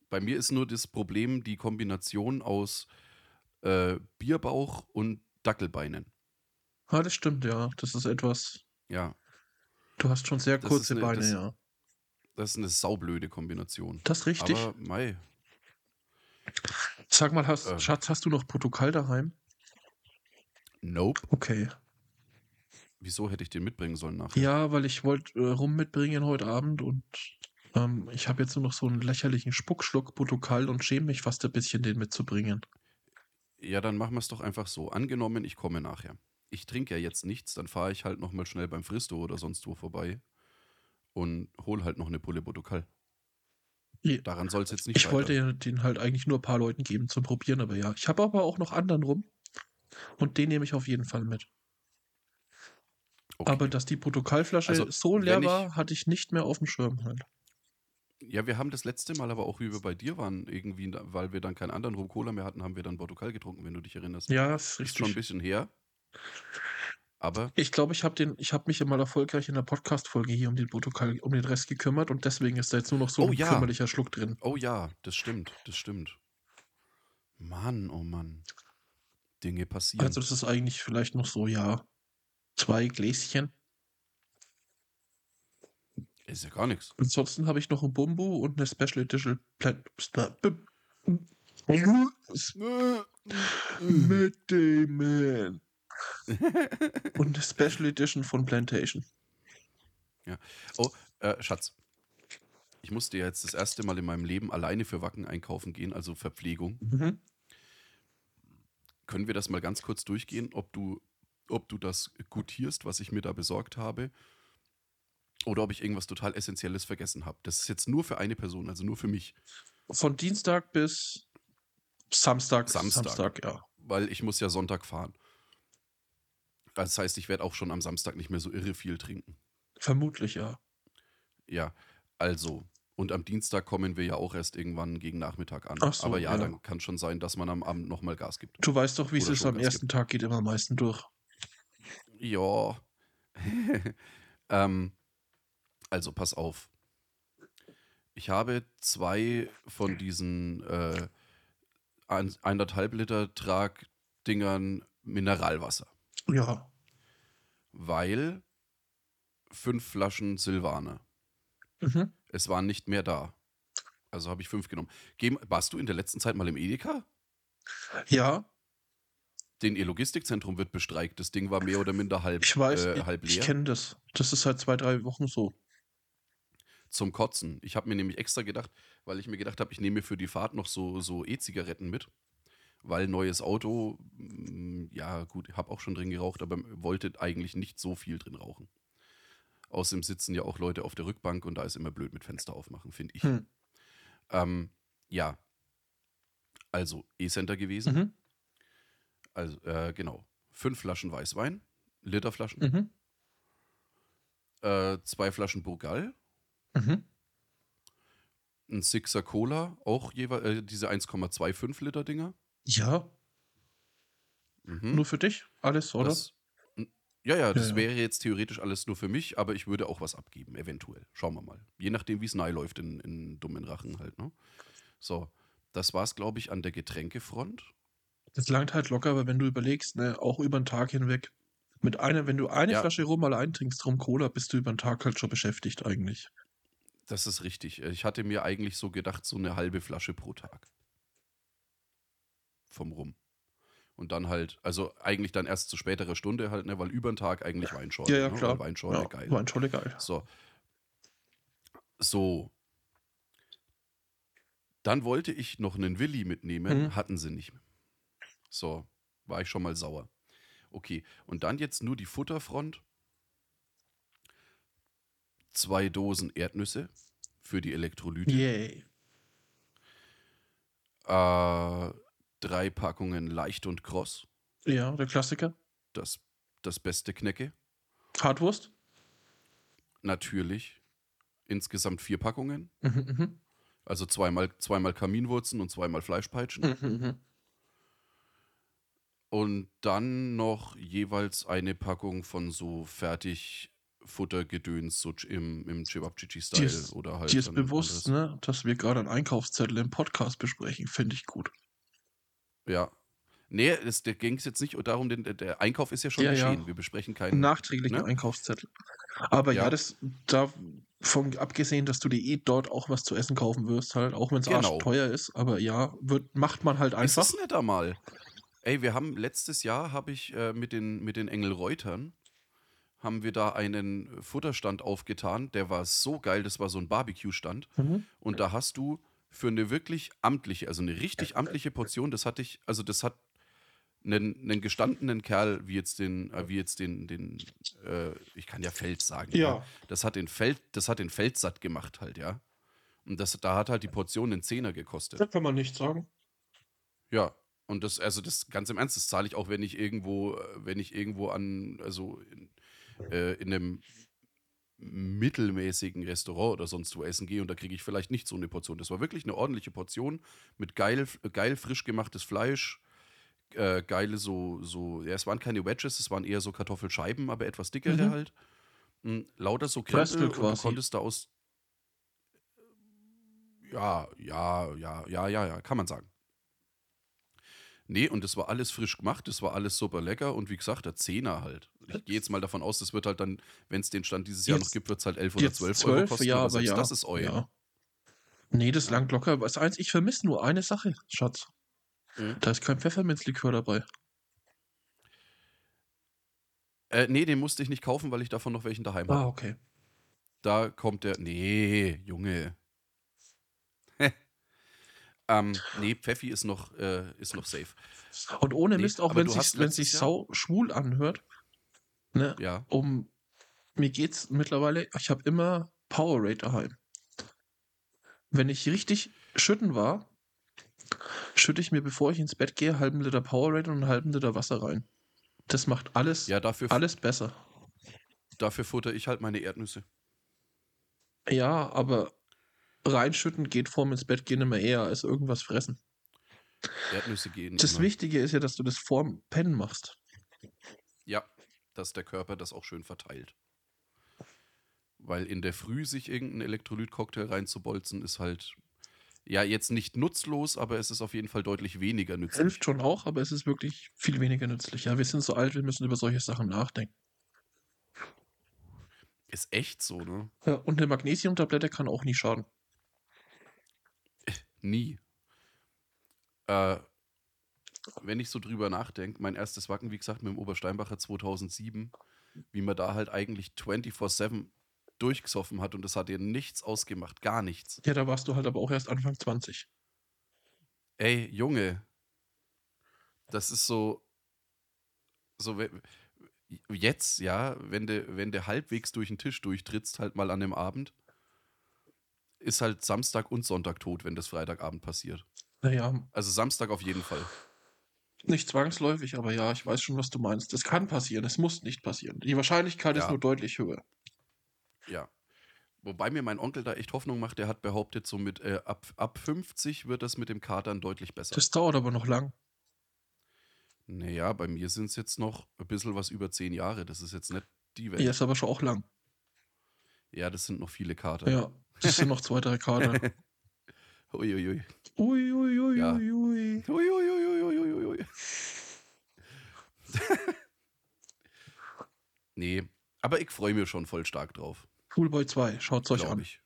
Speaker 1: Bei mir ist nur das Problem die Kombination aus äh, Bierbauch und Dackelbeinen.
Speaker 2: Ah, das stimmt, ja. Das ist etwas.
Speaker 1: Ja,
Speaker 2: Du hast schon sehr
Speaker 1: Das
Speaker 2: kurze
Speaker 1: ist eine-
Speaker 2: Beine,
Speaker 1: das-
Speaker 2: ja.
Speaker 1: das ist eine saublöde Kombination.
Speaker 2: Das ist richtig.
Speaker 1: Aber, mei,
Speaker 2: Sag mal, hast,
Speaker 1: Ähm.
Speaker 2: Schatz, hast du noch Protokoll daheim?
Speaker 1: nope.
Speaker 2: Okay.
Speaker 1: Wieso hätte ich den mitbringen sollen nachher?
Speaker 2: Ja, weil ich wollte äh, rum mitbringen heute Abend und ähm, ich habe jetzt nur noch so einen lächerlichen Spuckschluck Protokoll und schäme mich fast ein bisschen, den mitzubringen.
Speaker 1: Ja, dann machen wir es doch einfach so. Angenommen, ich komme nachher. Ich trinke ja jetzt nichts, dann fahre ich halt nochmal schnell beim Fristo oder sonst wo vorbei und hol halt noch eine Pulle Botokal.
Speaker 2: Ja.
Speaker 1: Daran soll es jetzt nicht
Speaker 2: Ich wollte ja den halt eigentlich nur ein paar Leuten geben zum Probieren, aber ja. Ich habe aber auch noch anderen rum. Und den nehme ich auf jeden Fall mit.
Speaker 1: Okay.
Speaker 2: Aber dass die Protokollflasche
Speaker 1: Also,
Speaker 2: so
Speaker 1: wenn
Speaker 2: leer
Speaker 1: ich-
Speaker 2: war, hatte ich nicht mehr auf dem Schirm halt.
Speaker 1: Ja, wir haben das letzte Mal aber auch, wie wir bei dir waren, irgendwie, weil wir dann keinen anderen Rum Cola mehr hatten, haben wir dann Portugal getrunken, wenn du dich erinnerst.
Speaker 2: Ja, ist
Speaker 1: Ist schon ein
Speaker 2: richtig.
Speaker 1: bisschen her. Aber
Speaker 2: Ich glaube, ich habe den, ich habe mich mal erfolgreich in der Podcast-Folge hier um den Protokoll, um den Rest gekümmert und deswegen ist da jetzt nur noch so
Speaker 1: Oh
Speaker 2: ein
Speaker 1: ja.
Speaker 2: kümmerlicher Schluck drin.
Speaker 1: Oh ja, das stimmt, das stimmt. Mann, oh Mann. Dinge passieren.
Speaker 2: Also das ist eigentlich vielleicht noch so, ja, zwei Gläschen.
Speaker 1: ist ja gar nichts.
Speaker 2: Ansonsten habe ich noch ein Bumbo und eine Special Edition Plat
Speaker 1: Mm.
Speaker 2: mit Damon. und eine Special Edition von Plantation.
Speaker 1: Äh, Schatz, ich musste ja jetzt das erste Mal in meinem Leben alleine für Wacken einkaufen gehen, also Verpflegung. Können wir das mal ganz kurz durchgehen, ob du, ob du das gutierst, was ich mir da besorgt habe? Oder ob ich irgendwas total Essentielles vergessen habe. Das ist jetzt nur für eine Person, also nur für mich.
Speaker 2: Von Dienstag bis Samstag.
Speaker 1: Samstag.
Speaker 2: ja.
Speaker 1: weil ich muss ja Sonntag fahren. Das heißt, ich werde auch schon am Samstag nicht mehr so irre viel trinken.
Speaker 2: Vermutlich, ja.
Speaker 1: Ja, also. Und am Dienstag kommen wir ja auch erst irgendwann gegen Nachmittag an.
Speaker 2: Ach so,
Speaker 1: Aber ja,
Speaker 2: ja.
Speaker 1: dann kann schon sein, dass man am Abend nochmal Gas gibt.
Speaker 2: Du weißt doch, wie es
Speaker 1: Oder
Speaker 2: ist, am
Speaker 1: Schokos
Speaker 2: ersten Tag geht immer am meisten durch.
Speaker 1: Ja. ähm, also, pass auf. Ich habe zwei von diesen äh, ein, eineinhalb Liter Tragdingern Mineralwasser.
Speaker 2: Ja.
Speaker 1: weil fünf Flaschen Silvaner.
Speaker 2: Mhm.
Speaker 1: Es waren nicht mehr da. Also habe ich fünf genommen. Geh, warst du in der letzten Zeit mal im Edeka?
Speaker 2: Ja,
Speaker 1: Den ihr Logistikzentrum wird bestreikt. Das Ding war mehr oder minder halb,
Speaker 2: ich weiß,
Speaker 1: äh,
Speaker 2: ich-
Speaker 1: halb
Speaker 2: ich
Speaker 1: leer.
Speaker 2: kenne das. Das ist halt zwei, drei Wochen so.
Speaker 1: zum Kotzen. Ich habe mir nämlich extra gedacht, weil ich mir gedacht habe, ich nehme mir für die Fahrt noch so, so E-Zigaretten mit. Weil neues Auto, mm, ja gut, habe auch schon drin geraucht, aber wollte eigentlich nicht so viel drin rauchen. Außerdem sitzen ja auch Leute auf der Rückbank und da ist immer blöd mit Fenster aufmachen, finde ich.
Speaker 2: Hm.
Speaker 1: Ähm, ja. Also E-Center gewesen.
Speaker 2: Mhm.
Speaker 1: Also, äh, genau. Fünf Flaschen Weißwein, Literflaschen,
Speaker 2: Mhm.
Speaker 1: äh, zwei Flaschen Burgal,
Speaker 2: Mhm.
Speaker 1: ein Sixer Cola, auch jeweils äh, diese 1,25 Liter Dinger.
Speaker 2: Ja,
Speaker 1: Mhm.
Speaker 2: nur für dich. Alles, oder?
Speaker 1: Das, n- ja, ja, das
Speaker 2: ja.
Speaker 1: wäre jetzt theoretisch alles nur für mich, aber ich würde auch was abgeben, eventuell. Schauen wir mal. Je nachdem, wie es nahe läuft in, in dummen Rachen halt, ne? So, das war's, glaube ich, an der Getränkefront.
Speaker 2: Das langt halt locker, aber wenn du überlegst, ne, auch über den Tag hinweg, mit einer, wenn du eine
Speaker 1: Ja.
Speaker 2: Flasche rum allein trinkst, rum Cola, bist du über den Tag halt schon beschäftigt eigentlich.
Speaker 1: Das ist richtig. Äh, Ich hatte mir eigentlich so gedacht, so eine halbe Flasche pro Tag. Vom Rum. Und dann halt, also eigentlich dann erst zu späterer Stunde halt, ne, weil über den Tag eigentlich Weinschorle.
Speaker 2: Ja, ja,
Speaker 1: ne?
Speaker 2: klar.
Speaker 1: Oder Weinschorle,
Speaker 2: ja,
Speaker 1: geil.
Speaker 2: War ein toller geil.
Speaker 1: So. So. Dann wollte ich noch einen Willi mitnehmen,
Speaker 2: Mhm.
Speaker 1: hatten sie nicht. So, war ich schon mal sauer. Okay, und dann jetzt nur die Futterfront. Zwei Dosen Erdnüsse für die Elektrolyte.
Speaker 2: Yay.
Speaker 1: Äh, drei Packungen Leicht und Kross,
Speaker 2: Ja, der Klassiker.
Speaker 1: das, das beste Knecke.
Speaker 2: Hartwurst.
Speaker 1: Natürlich insgesamt vier Packungen,
Speaker 2: Mhm,
Speaker 1: also zweimal, zweimal Kaminwurzen und zweimal Fleischpeitschen.
Speaker 2: mhm. Mhm, mhm.
Speaker 1: Und dann noch jeweils eine Packung von so fertig Futtergedöns so ch- im, im Chewabchichi-Style
Speaker 2: Dir ist-
Speaker 1: oder halt.
Speaker 2: Dir ist
Speaker 1: dann
Speaker 2: bewusst,
Speaker 1: anderes.
Speaker 2: ne, dass wir gerade einen Einkaufszettel im Podcast besprechen, finde ich gut. ne?
Speaker 1: Ja. Nee, es ging es jetzt nicht darum, denn der- der Einkauf ist ja schon
Speaker 2: Ja, ja.
Speaker 1: geschehen. Wir besprechen keinen.
Speaker 2: Nachträglichen
Speaker 1: Ne?
Speaker 2: Einkaufszettel. Aber ja,
Speaker 1: Ja.
Speaker 2: das davon abgesehen, dass du dir eh dort auch was zu essen kaufen wirst, halt, auch wenn es
Speaker 1: Genau.
Speaker 2: teuer ist, aber ja, wird, macht man halt einfach.
Speaker 1: Es ist netter mal. Ey, wir haben letztes Jahr habe ich äh, mit den mit den Engelreutern haben wir da einen Futterstand aufgetan, der war so geil, das war so ein Barbecue Stand
Speaker 2: Mhm.
Speaker 1: und da hast du für eine wirklich amtliche, also eine richtig amtliche Portion, das hatte ich, also das hat einen, einen gestandenen Kerl, wie jetzt den äh, wie jetzt den den äh, ich kann ja Feld sagen,
Speaker 2: Ja.
Speaker 1: das hat den Feld, das hat den Feld satt gemacht halt, ja. Und das, da hat halt die Portion einen Zehner gekostet.
Speaker 2: Das kann man nicht sagen.
Speaker 1: Ja. Und das, also das ganz im Ernst, das zahle ich auch, wenn ich irgendwo, äh, wenn ich irgendwo an, also in, äh, in einem mittelmäßigen Restaurant oder sonst wo essen gehe und da kriege ich vielleicht nicht so eine Portion. Das war wirklich eine ordentliche Portion mit geil, geil frisch gemachtes Fleisch, äh, geile so, so, ja, es waren keine Wedges, es waren eher so Kartoffelscheiben, aber etwas dickere
Speaker 2: Mhm.
Speaker 1: halt. Mm, lauter so
Speaker 2: Crystal
Speaker 1: Kröpfe und du
Speaker 2: quasi.
Speaker 1: konntest da aus. Ja, ja, ja, ja, ja, ja, kann man sagen. Nee, und es war alles frisch gemacht, es war alles super lecker und wie gesagt, der Zehner halt. Ich gehe jetzt mal davon aus, das wird halt dann, wenn es den Stand dieses Jahr
Speaker 2: Jetzt-
Speaker 1: noch gibt, wird es halt 11 oder
Speaker 2: Jetzt
Speaker 1: 12
Speaker 2: 12,
Speaker 1: Euro kosten.
Speaker 2: ja,
Speaker 1: aber
Speaker 2: aber
Speaker 1: selbst
Speaker 2: ja.
Speaker 1: das ist euer.
Speaker 2: Ja. Nee, das langt locker. Aber das eins, ich vermisse nur eine Sache, Schatz.
Speaker 1: Mhm.
Speaker 2: Da ist kein Pfefferminzlikör dabei.
Speaker 1: Äh, nee, den musste ich nicht kaufen, weil ich davon noch welchen daheim habe.
Speaker 2: Ah, okay.
Speaker 1: Da kommt der. Nee, Junge. ähm, nee, Pfeffi ist noch, äh, ist noch safe.
Speaker 2: Und ohne
Speaker 1: Nee,
Speaker 2: Mist, auch
Speaker 1: aber
Speaker 2: wenn
Speaker 1: du hast
Speaker 2: sich, wenn
Speaker 1: letztes
Speaker 2: sich
Speaker 1: Jahr-
Speaker 2: sau schwul anhört, ne,
Speaker 1: Ja.
Speaker 2: um mir geht's mittlerweile, ich habe immer Powerade daheim. Wenn ich richtig schütten war, schütte ich mir, bevor ich ins Bett gehe, einen halben Liter Powerade und einen halben Liter Wasser rein. Das macht alles,
Speaker 1: Ja, dafür,
Speaker 2: alles besser.
Speaker 1: dafür futter ich halt meine Erdnüsse.
Speaker 2: Ja, aber reinschütten geht vorm ins Bett gehen immer eher als irgendwas fressen.
Speaker 1: Erdnüsse gehen.
Speaker 2: Das
Speaker 1: immer.
Speaker 2: Wichtige ist ja, genau. dass du das vorm Pennen machst.
Speaker 1: Ja, dass der Körper das auch schön verteilt. Weil in der Früh sich irgendein Elektrolytcocktail reinzubolzen, ist halt. Ja, jetzt nicht nutzlos, aber es ist auf jeden Fall deutlich weniger nützlich.
Speaker 2: Hilft schon auch, aber es ist wirklich viel weniger nützlich. Ja, wir sind so alt, wir müssen über solche Sachen nachdenken.
Speaker 1: Ist echt so, ne?
Speaker 2: Ja, und eine Magnesiumtablette kann auch nicht schaden.
Speaker 1: Nie. Äh, wenn ich so drüber nachdenke, mein erstes Wacken, wie gesagt, mit dem Obersteinbacher 2007, wie man da halt eigentlich 24-7 durchgesoffen hat und das hat dir nichts ausgemacht, gar nichts.
Speaker 2: Ja, da warst du halt aber auch erst Anfang 20.
Speaker 1: Ey, Junge, das ist so, so we- jetzt, ja, wenn du wenn du halbwegs durch den Tisch durchtrittst, halt mal an dem Abend, ist halt Samstag und Sonntag tot, wenn das Freitagabend passiert.
Speaker 2: Naja,
Speaker 1: Also Samstag auf jeden Fall.
Speaker 2: nicht zwangsläufig, aber ja, ich weiß schon, was du meinst. Das kann passieren, es muss nicht passieren. Die Wahrscheinlichkeit
Speaker 1: Ja.
Speaker 2: ist nur deutlich höher.
Speaker 1: Ja. Wobei mir mein Onkel da echt Hoffnung macht, der hat behauptet, so mit äh, ab, ab 50 wird das mit dem Katern deutlich besser.
Speaker 2: Das dauert aber noch lang.
Speaker 1: Naja, bei mir sind es jetzt noch ein bisschen was über 10 Jahre. Das ist jetzt nicht die Welt.
Speaker 2: Ja, ist aber schon auch lang.
Speaker 1: Ja, das sind noch viele Kater.
Speaker 2: Ja, das sind noch zwei, drei Kater.
Speaker 1: Uiuiui.
Speaker 2: Ui, ui, ui,
Speaker 1: Ja.
Speaker 2: ui, ui.
Speaker 1: Uiuiuiuiuiui. nee, aber ich freue mich schon voll stark drauf.
Speaker 2: Poolboy 2, schaut's euch
Speaker 1: Glaub
Speaker 2: an.
Speaker 1: ich.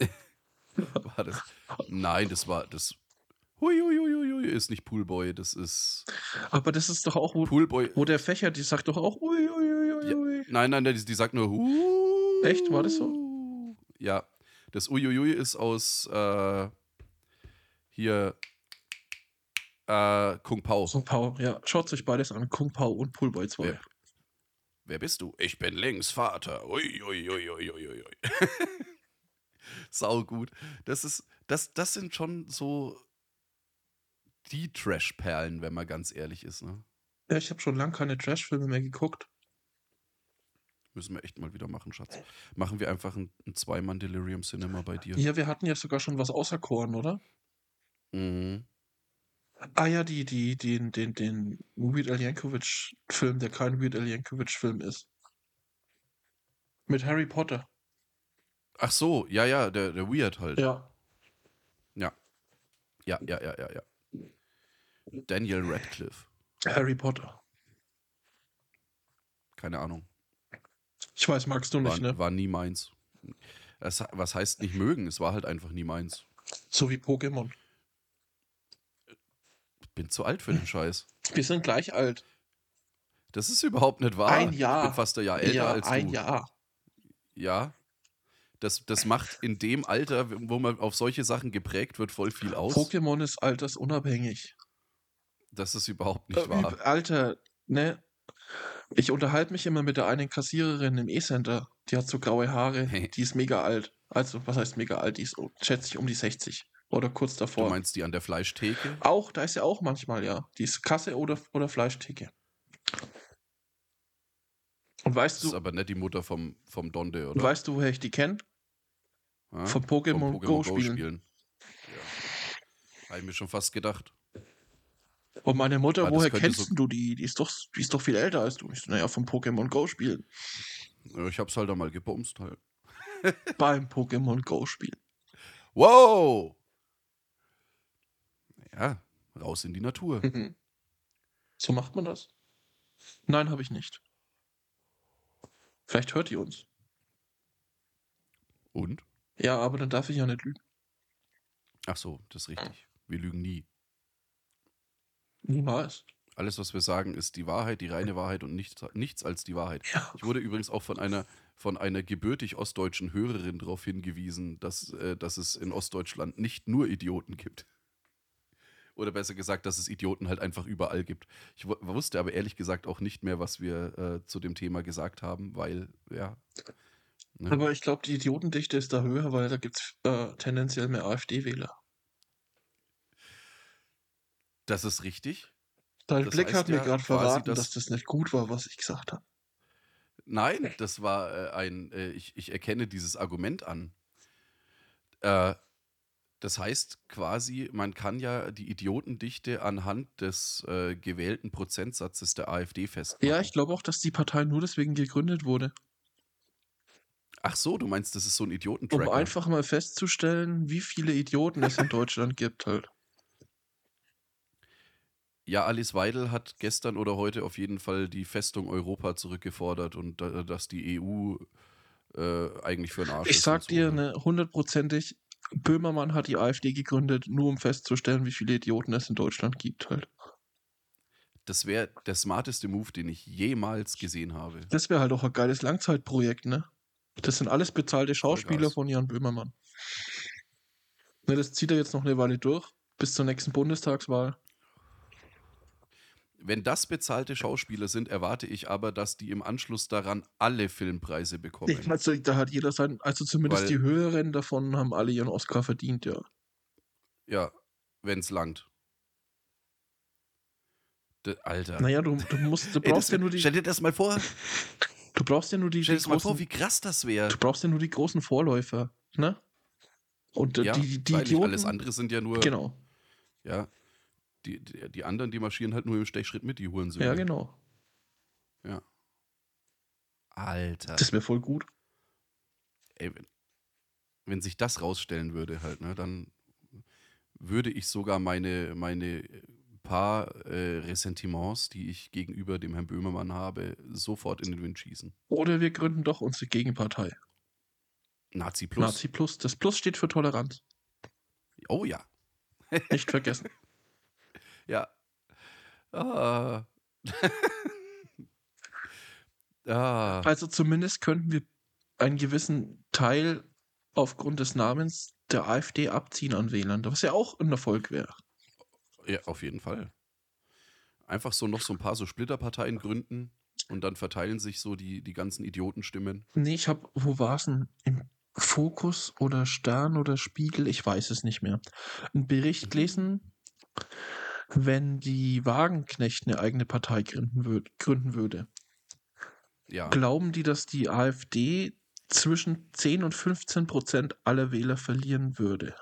Speaker 1: war das? Nein, das war das. Huiuiuiui ist nicht Poolboy, das ist
Speaker 2: Aber das ist doch auch, wo,
Speaker 1: Poolboy.
Speaker 2: wo der Fächer, die sagt doch auch ui, ui, ui, ui,
Speaker 1: Ja.
Speaker 2: ui.
Speaker 1: Nein, nein, nein, die, die sagt nur. Hu
Speaker 2: Echt? War das
Speaker 1: Ja, das Uiuiui ist aus äh, hier äh, Kung Pao.
Speaker 2: Kung Pao, ja, schaut euch beides an. Kung Pao und Poolboy 2.
Speaker 1: Ja. Wer bist du? Ich bin Lings Vater. Uiuiuiuiui. Sau gut. Das ist, das, das sind schon so die Trash-Perlen, wenn man ganz ehrlich ist. Ne?
Speaker 2: Ja, ich habe schon lange keine Trash-Filme mehr geguckt.
Speaker 1: Müssen wir echt mal wieder machen, Schatz. Machen wir einfach ein, ein Zweimann Delirium Cinema bei dir.
Speaker 2: Äh. Ja, wir hatten ja sogar schon was außer Korn, oder?
Speaker 1: Mhm.
Speaker 2: Ah ja, die, die, den, den, den Weird Al Yankovic-Film, der kein Weird Al Yankovic-Film ist. Mit Harry Potter.
Speaker 1: Ach so, ja, ja, der, der Weird halt.
Speaker 2: Ja.
Speaker 1: ja, ja, ja, ja. ja. Daniel Radcliffe.
Speaker 2: Harry Potter.
Speaker 1: Keine Ahnung.
Speaker 2: Ich weiß, magst du
Speaker 1: War,
Speaker 2: nicht, ne?
Speaker 1: war nie meins. Das, was heißt nicht mögen? Es war halt einfach nie meins.
Speaker 2: So wie Pokémon.
Speaker 1: Bin zu alt für den Scheiß.
Speaker 2: Wir sind gleich alt.
Speaker 1: Das ist überhaupt nicht wahr.
Speaker 2: Ein Jahr.
Speaker 1: Ich bin fast ein Jahr älter
Speaker 2: ja,
Speaker 1: als
Speaker 2: ein
Speaker 1: du.
Speaker 2: Jahr.
Speaker 1: Ja. Das, das macht in dem Alter, wo man auf solche Sachen geprägt wird, voll viel aus.
Speaker 2: Pokémon ist altersunabhängig.
Speaker 1: Das ist überhaupt nicht
Speaker 2: Äh,
Speaker 1: wahr.
Speaker 2: üb- Alter, ne? Ich unterhalte mich immer mit der einen Kassiererin im E-Center Die hat so graue Haare. Die ist mega alt. Also, was heißt mega alt? Die ist, oh, schätze ich, um die 60. Oder kurz
Speaker 1: Du
Speaker 2: davor.
Speaker 1: meinst die an der Fleischtheke?
Speaker 2: Auch, da ist ja auch manchmal, ja. Die ist Kasse oder, oder Fleischtheke.
Speaker 1: Das
Speaker 2: Und weißt
Speaker 1: ist
Speaker 2: du,
Speaker 1: aber nicht die Mutter vom, vom Donde,
Speaker 2: und
Speaker 1: oder?
Speaker 2: weißt du, woher ich die kenne?
Speaker 1: Ja?
Speaker 2: Von
Speaker 1: Vom
Speaker 2: Pokémon Go spielen.
Speaker 1: Ja. Habe ich mir schon fast gedacht.
Speaker 2: Und meine Mutter,
Speaker 1: Ah, das
Speaker 2: woher
Speaker 1: könnte
Speaker 2: kennst
Speaker 1: so-
Speaker 2: du die? Die ist doch, die ist doch viel älter als du. Ich so, naja, vom Pokémon Go spielen.
Speaker 1: Ja, Ich hab's halt einmal gebumst halt.
Speaker 2: Beim Pokémon Go spielen.
Speaker 1: Wow! Ja, raus in die Natur.
Speaker 2: Mhm. So macht man das? Nein, habe ich nicht. Vielleicht hört ihr uns.
Speaker 1: Und?
Speaker 2: Ja, aber dann darf ich ja nicht lügen.
Speaker 1: Ach so, das ist richtig. Wir lügen nie.
Speaker 2: Niemals.
Speaker 1: Alles, was wir sagen, ist die Wahrheit, die reine Wahrheit und nichts, nichts als die Wahrheit.
Speaker 2: Ja.
Speaker 1: Ich wurde übrigens auch von einer, von einer gebürtig ostdeutschen Hörerin darauf hingewiesen, dass, äh, dass es in Ostdeutschland nicht nur Idioten gibt. Oder besser gesagt, dass es Idioten halt einfach überall gibt. Ich wu- wusste aber ehrlich gesagt auch nicht mehr, was wir äh, zu dem Thema gesagt haben, weil, ja. Ne?
Speaker 2: Aber ich glaube, die Idiotendichte ist da höher, weil da gibt es äh, tendenziell mehr AfD-Wähler.
Speaker 1: das ist richtig.
Speaker 2: Dein
Speaker 1: Das
Speaker 2: Blick
Speaker 1: heißt
Speaker 2: hat mir
Speaker 1: ja
Speaker 2: gerade
Speaker 1: quasi,
Speaker 2: verraten,
Speaker 1: dass-
Speaker 2: dass das nicht gut war, was ich gesagt habe.
Speaker 1: Nein, das war äh, ein, äh, ich, ich erkenne dieses Argument an. Äh, das heißt quasi, man kann ja die Idiotendichte anhand des äh, gewählten Prozentsatzes der AfD festmachen.
Speaker 2: Ja, ich glaube auch, dass die Partei nur deswegen gegründet wurde,
Speaker 1: Ach so, du meinst, das ist so ein
Speaker 2: um
Speaker 1: Idiotentracker.
Speaker 2: einfach mal festzustellen, wie viele Idioten es in Deutschland gibt halt.
Speaker 1: Ja, Alice Weidel hat gestern oder heute auf jeden Fall die Festung Europa zurückgefordert und äh, dass die EU äh, eigentlich für einen Arsch ist.
Speaker 2: Ich
Speaker 1: und
Speaker 2: sag
Speaker 1: so.
Speaker 2: dir ne, hundertprozentig, Böhmermann hat die AfD gegründet, nur um festzustellen, wie viele Idioten es in Deutschland gibt halt.
Speaker 1: Das wäre der smarteste Move, den ich jemals gesehen habe.
Speaker 2: Das wäre halt auch ein geiles Langzeitprojekt, ne? Das sind alles bezahlte Schauspieler
Speaker 1: Vollgas.
Speaker 2: von Jan Böhmermann. Ne, das zieht er jetzt noch eine Weile durch, bis zur nächsten Bundestagswahl.
Speaker 1: Wenn das bezahlte Schauspieler sind, erwarte ich aber, dass die im Anschluss daran alle Filmpreise bekommen.
Speaker 2: Ich, also, da hat jeder sein, also zumindest
Speaker 1: Weil-
Speaker 2: die höheren davon haben alle ihren Oscar verdient, ja.
Speaker 1: ja, wenn's langt. De, Alter.
Speaker 2: Naja, du, du musst, du
Speaker 1: Ey, das
Speaker 2: brauchst ja
Speaker 1: wär-
Speaker 2: nur die,
Speaker 1: Stell dir das mal vor,
Speaker 2: du brauchst ja nur die,
Speaker 1: stell
Speaker 2: die
Speaker 1: dir das mal vor,
Speaker 2: großen,
Speaker 1: wie krass das wäre.
Speaker 2: du brauchst ja nur die großen Vorläufer, ne? Und äh,
Speaker 1: Ja,
Speaker 2: die, die, die
Speaker 1: freilich,
Speaker 2: Idioten,
Speaker 1: alles andere sind ja nur,
Speaker 2: genau,
Speaker 1: ja, die, die, die anderen, die marschieren halt nur im Stechschritt mit, die holen
Speaker 2: ja genau,
Speaker 1: Alter.
Speaker 2: das wäre voll gut.
Speaker 1: Ey, wenn, wenn sich das rausstellen würde halt, ne, dann würde ich sogar meine, meine paar äh, Ressentiments, die ich gegenüber dem Herrn Böhmermann habe, sofort in den Wind schießen.
Speaker 2: Oder wir gründen doch unsere Gegenpartei,
Speaker 1: Nazi Plus.
Speaker 2: Nazi Plus, das Plus steht für Toleranz,
Speaker 1: Oh ja.
Speaker 2: nicht vergessen.
Speaker 1: Ja. Ah. ah.
Speaker 2: Also zumindest könnten wir einen gewissen Teil aufgrund des Namens der AfD abziehen an Wählern, was ja auch ein Erfolg wäre.
Speaker 1: Ja, auf jeden Fall. Einfach so noch so ein paar so Splitterparteien gründen und dann verteilen sich so die, die ganzen Idiotenstimmen.
Speaker 2: Nee, ich habe, wo war es denn? Im Fokus oder Stern oder Spiegel, ich weiß es nicht mehr. Einen Bericht lesen, wenn die Wagenknecht eine eigene Partei gründen, würd, gründen würde.
Speaker 1: Ja.
Speaker 2: Glauben die, dass die AfD zwischen 10 und 15 Prozent aller Wähler verlieren würde?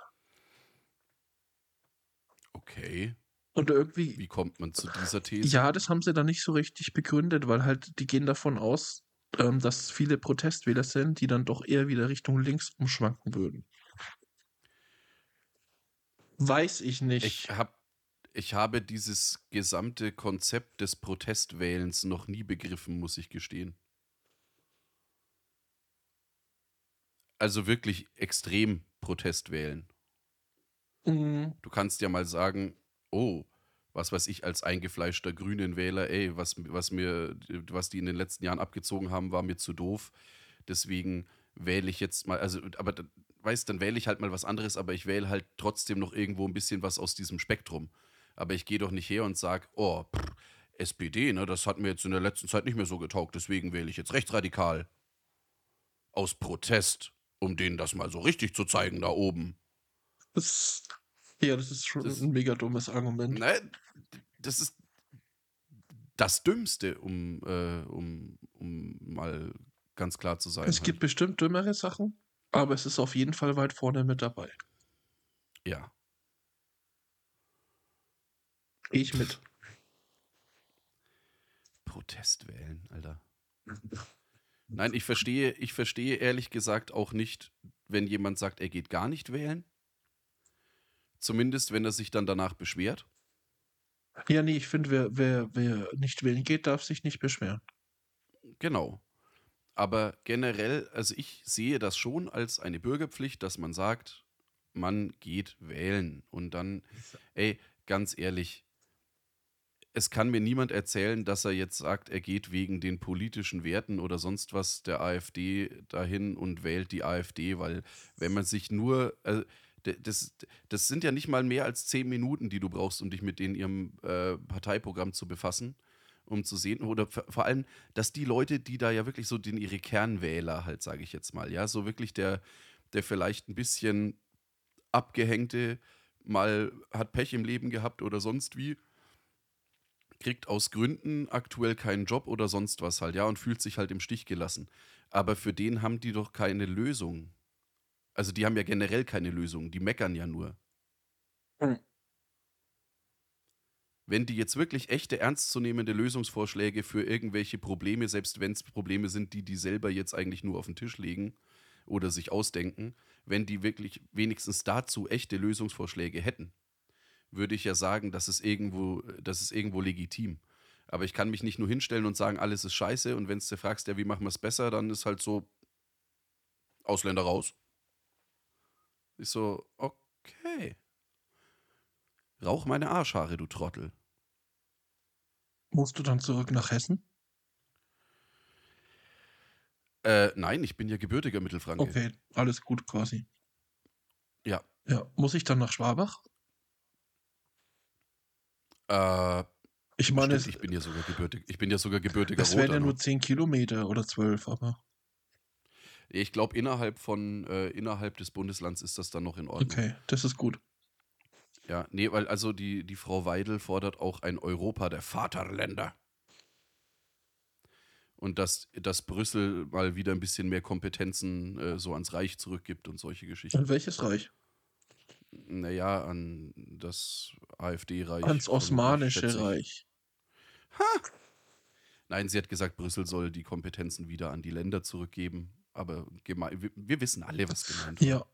Speaker 1: Okay.
Speaker 2: Und irgendwie
Speaker 1: Wie kommt man zu dieser These?
Speaker 2: Ja, das haben sie dann nicht so richtig begründet, weil halt die gehen davon aus, ähm, dass viele Protestwähler sind, die dann doch eher wieder Richtung links umschwanken würden. Weiß ich nicht.
Speaker 1: Ich, hab, ich habe dieses gesamte Konzept des Protestwählens noch nie begriffen, muss ich gestehen. Also wirklich extrem Protestwählen.
Speaker 2: Mm,
Speaker 1: Du kannst ja mal sagen, oh, was weiß ich als eingefleischter grünen Wähler, ey, was, was mir, was die in den letzten Jahren abgezogen haben, war mir zu doof. Deswegen wähle ich jetzt mal, also, aber dann- weißt, dann wähle ich halt mal was anderes, aber ich wähle halt trotzdem noch irgendwo ein bisschen was aus diesem Spektrum. Aber ich gehe doch nicht her und sage, oh, pff, SPD, ne, das hat mir jetzt in der letzten Zeit nicht mehr so getaugt, deswegen wähle ich jetzt rechtsradikal. Aus Protest, um denen das mal so richtig zu zeigen da oben.
Speaker 2: Das, ja, das ist schon
Speaker 1: Das-
Speaker 2: ein mega dummes Argument.
Speaker 1: Nein, Ne, das ist das Dümmste, um, äh, um, um mal ganz klar zu sein.
Speaker 2: es
Speaker 1: halt.
Speaker 2: gibt bestimmt dümmere Sachen, aber es ist auf jeden Fall weit vorne mit dabei.
Speaker 1: Ja.
Speaker 2: Geh ich mit.
Speaker 1: Protest wählen, Alter. Nein, ich verstehe, ich verstehe ehrlich gesagt auch nicht, wenn jemand sagt, er geht gar nicht wählen. Zumindest, wenn er sich dann danach beschwert.
Speaker 2: Ja, nee, ich finde, wer, wer, wer nicht wählen geht, darf sich nicht beschweren.
Speaker 1: Genau. Aber generell, also ich sehe das schon als eine Bürgerpflicht, dass man sagt, man geht wählen. Und dann, ey, ganz ehrlich, es kann mir niemand erzählen, dass er jetzt sagt, er geht wegen den politischen Werten oder sonst was der AfD dahin und wählt die AfD, weil wenn man sich nur, äh, d- das, das sind ja nicht mal mehr als zehn Minuten, die du brauchst, um dich mit denen ihrem äh, Parteiprogramm zu befassen, um zu sehen, oder v- vor allem, dass die Leute, die da ja wirklich so den ihre Kernwähler halt, sage ich jetzt mal, ja, so wirklich der, der vielleicht ein bisschen abgehängte mal hat Pech im Leben gehabt oder sonst wie, kriegt aus Gründen aktuell keinen Job oder sonst was halt, ja, und fühlt sich halt im Stich gelassen. Aber für den haben die doch keine Lösung. Also die haben ja generell keine Lösung, die meckern ja nur.
Speaker 2: Hm.
Speaker 1: Wenn die jetzt wirklich echte, ernstzunehmende Lösungsvorschläge für irgendwelche Probleme, selbst wenn es Probleme sind, die die selber jetzt eigentlich nur auf den Tisch legen oder sich ausdenken, wenn die wirklich wenigstens dazu echte Lösungsvorschläge hätten, würde ich ja sagen, das ist irgendwo, das ist irgendwo legitim. Aber ich kann mich nicht nur hinstellen und sagen, alles ist scheiße und wenn du fragst, ja, wie machen wir es besser, dann ist halt so, Ausländer raus. Ich so, okay. Rauch meine Arschhaare, du Trottel.
Speaker 2: Musst du dann zurück nach Hessen?
Speaker 1: Äh, nein, ich bin ja gebürtiger Mittelfranke.
Speaker 2: Okay, alles gut quasi.
Speaker 1: Ja.
Speaker 2: Ja, muss ich dann nach Schwabach?
Speaker 1: Äh,
Speaker 2: Ich meine,
Speaker 1: stimmt,
Speaker 2: es,
Speaker 1: ich bin ja sogar gebürtig. Ich bin ja sogar gebürtiger
Speaker 2: es wären ja
Speaker 1: Roter
Speaker 2: nur
Speaker 1: noch.
Speaker 2: 10 Kilometer oder 12, aber
Speaker 1: Ich glaube, innerhalb von äh, innerhalb des Bundeslands ist das dann noch in Ordnung.
Speaker 2: okay, das ist gut.
Speaker 1: Ja, nee, weil also die, die Frau Weidel fordert auch ein Europa der Vaterländer. Und dass, dass Brüssel mal wieder ein bisschen mehr Kompetenzen äh, so ans Reich zurückgibt und solche Geschichten.
Speaker 2: An welches Reich?
Speaker 1: Naja, an das AfD-Reich.
Speaker 2: Ans
Speaker 1: schätze
Speaker 2: Osmanische
Speaker 1: ich.
Speaker 2: Reich.
Speaker 1: Nein, sie hat gesagt, Brüssel soll die Kompetenzen wieder an die Länder zurückgeben. Aber geme- wir, wir wissen alle, was gemeint war.
Speaker 2: Ja.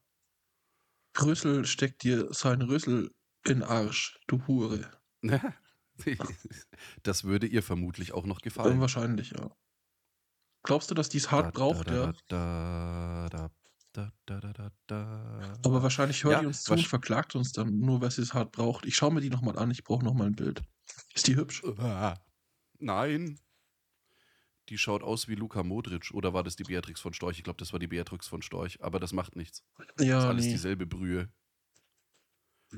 Speaker 2: Brüssel steckt dir sein Rüssel in Arsch, du Hure.
Speaker 1: ne? das würde ihr vermutlich auch noch gefallen.
Speaker 2: Wahrscheinlich, ja. Glaubst du, dass die es hart braucht, ja?
Speaker 1: Da, da, da, da, da, da, da.
Speaker 2: Aber wahrscheinlich hört
Speaker 1: Ja,
Speaker 2: die uns zu und
Speaker 1: wahrsch-
Speaker 2: verklagt uns dann nur, weil sie es hart braucht. Ich schaue mir die nochmal an, ich brauche nochmal ein Bild. Ist die hübsch?
Speaker 1: Ah, Nein. Die schaut aus wie Luka Modric. Oder war das die Beatrix von Storch? Ich glaube, das war die Beatrix von Storch. Aber das macht nichts. ist
Speaker 2: Ja,
Speaker 1: alles
Speaker 2: nee.
Speaker 1: dieselbe Brühe.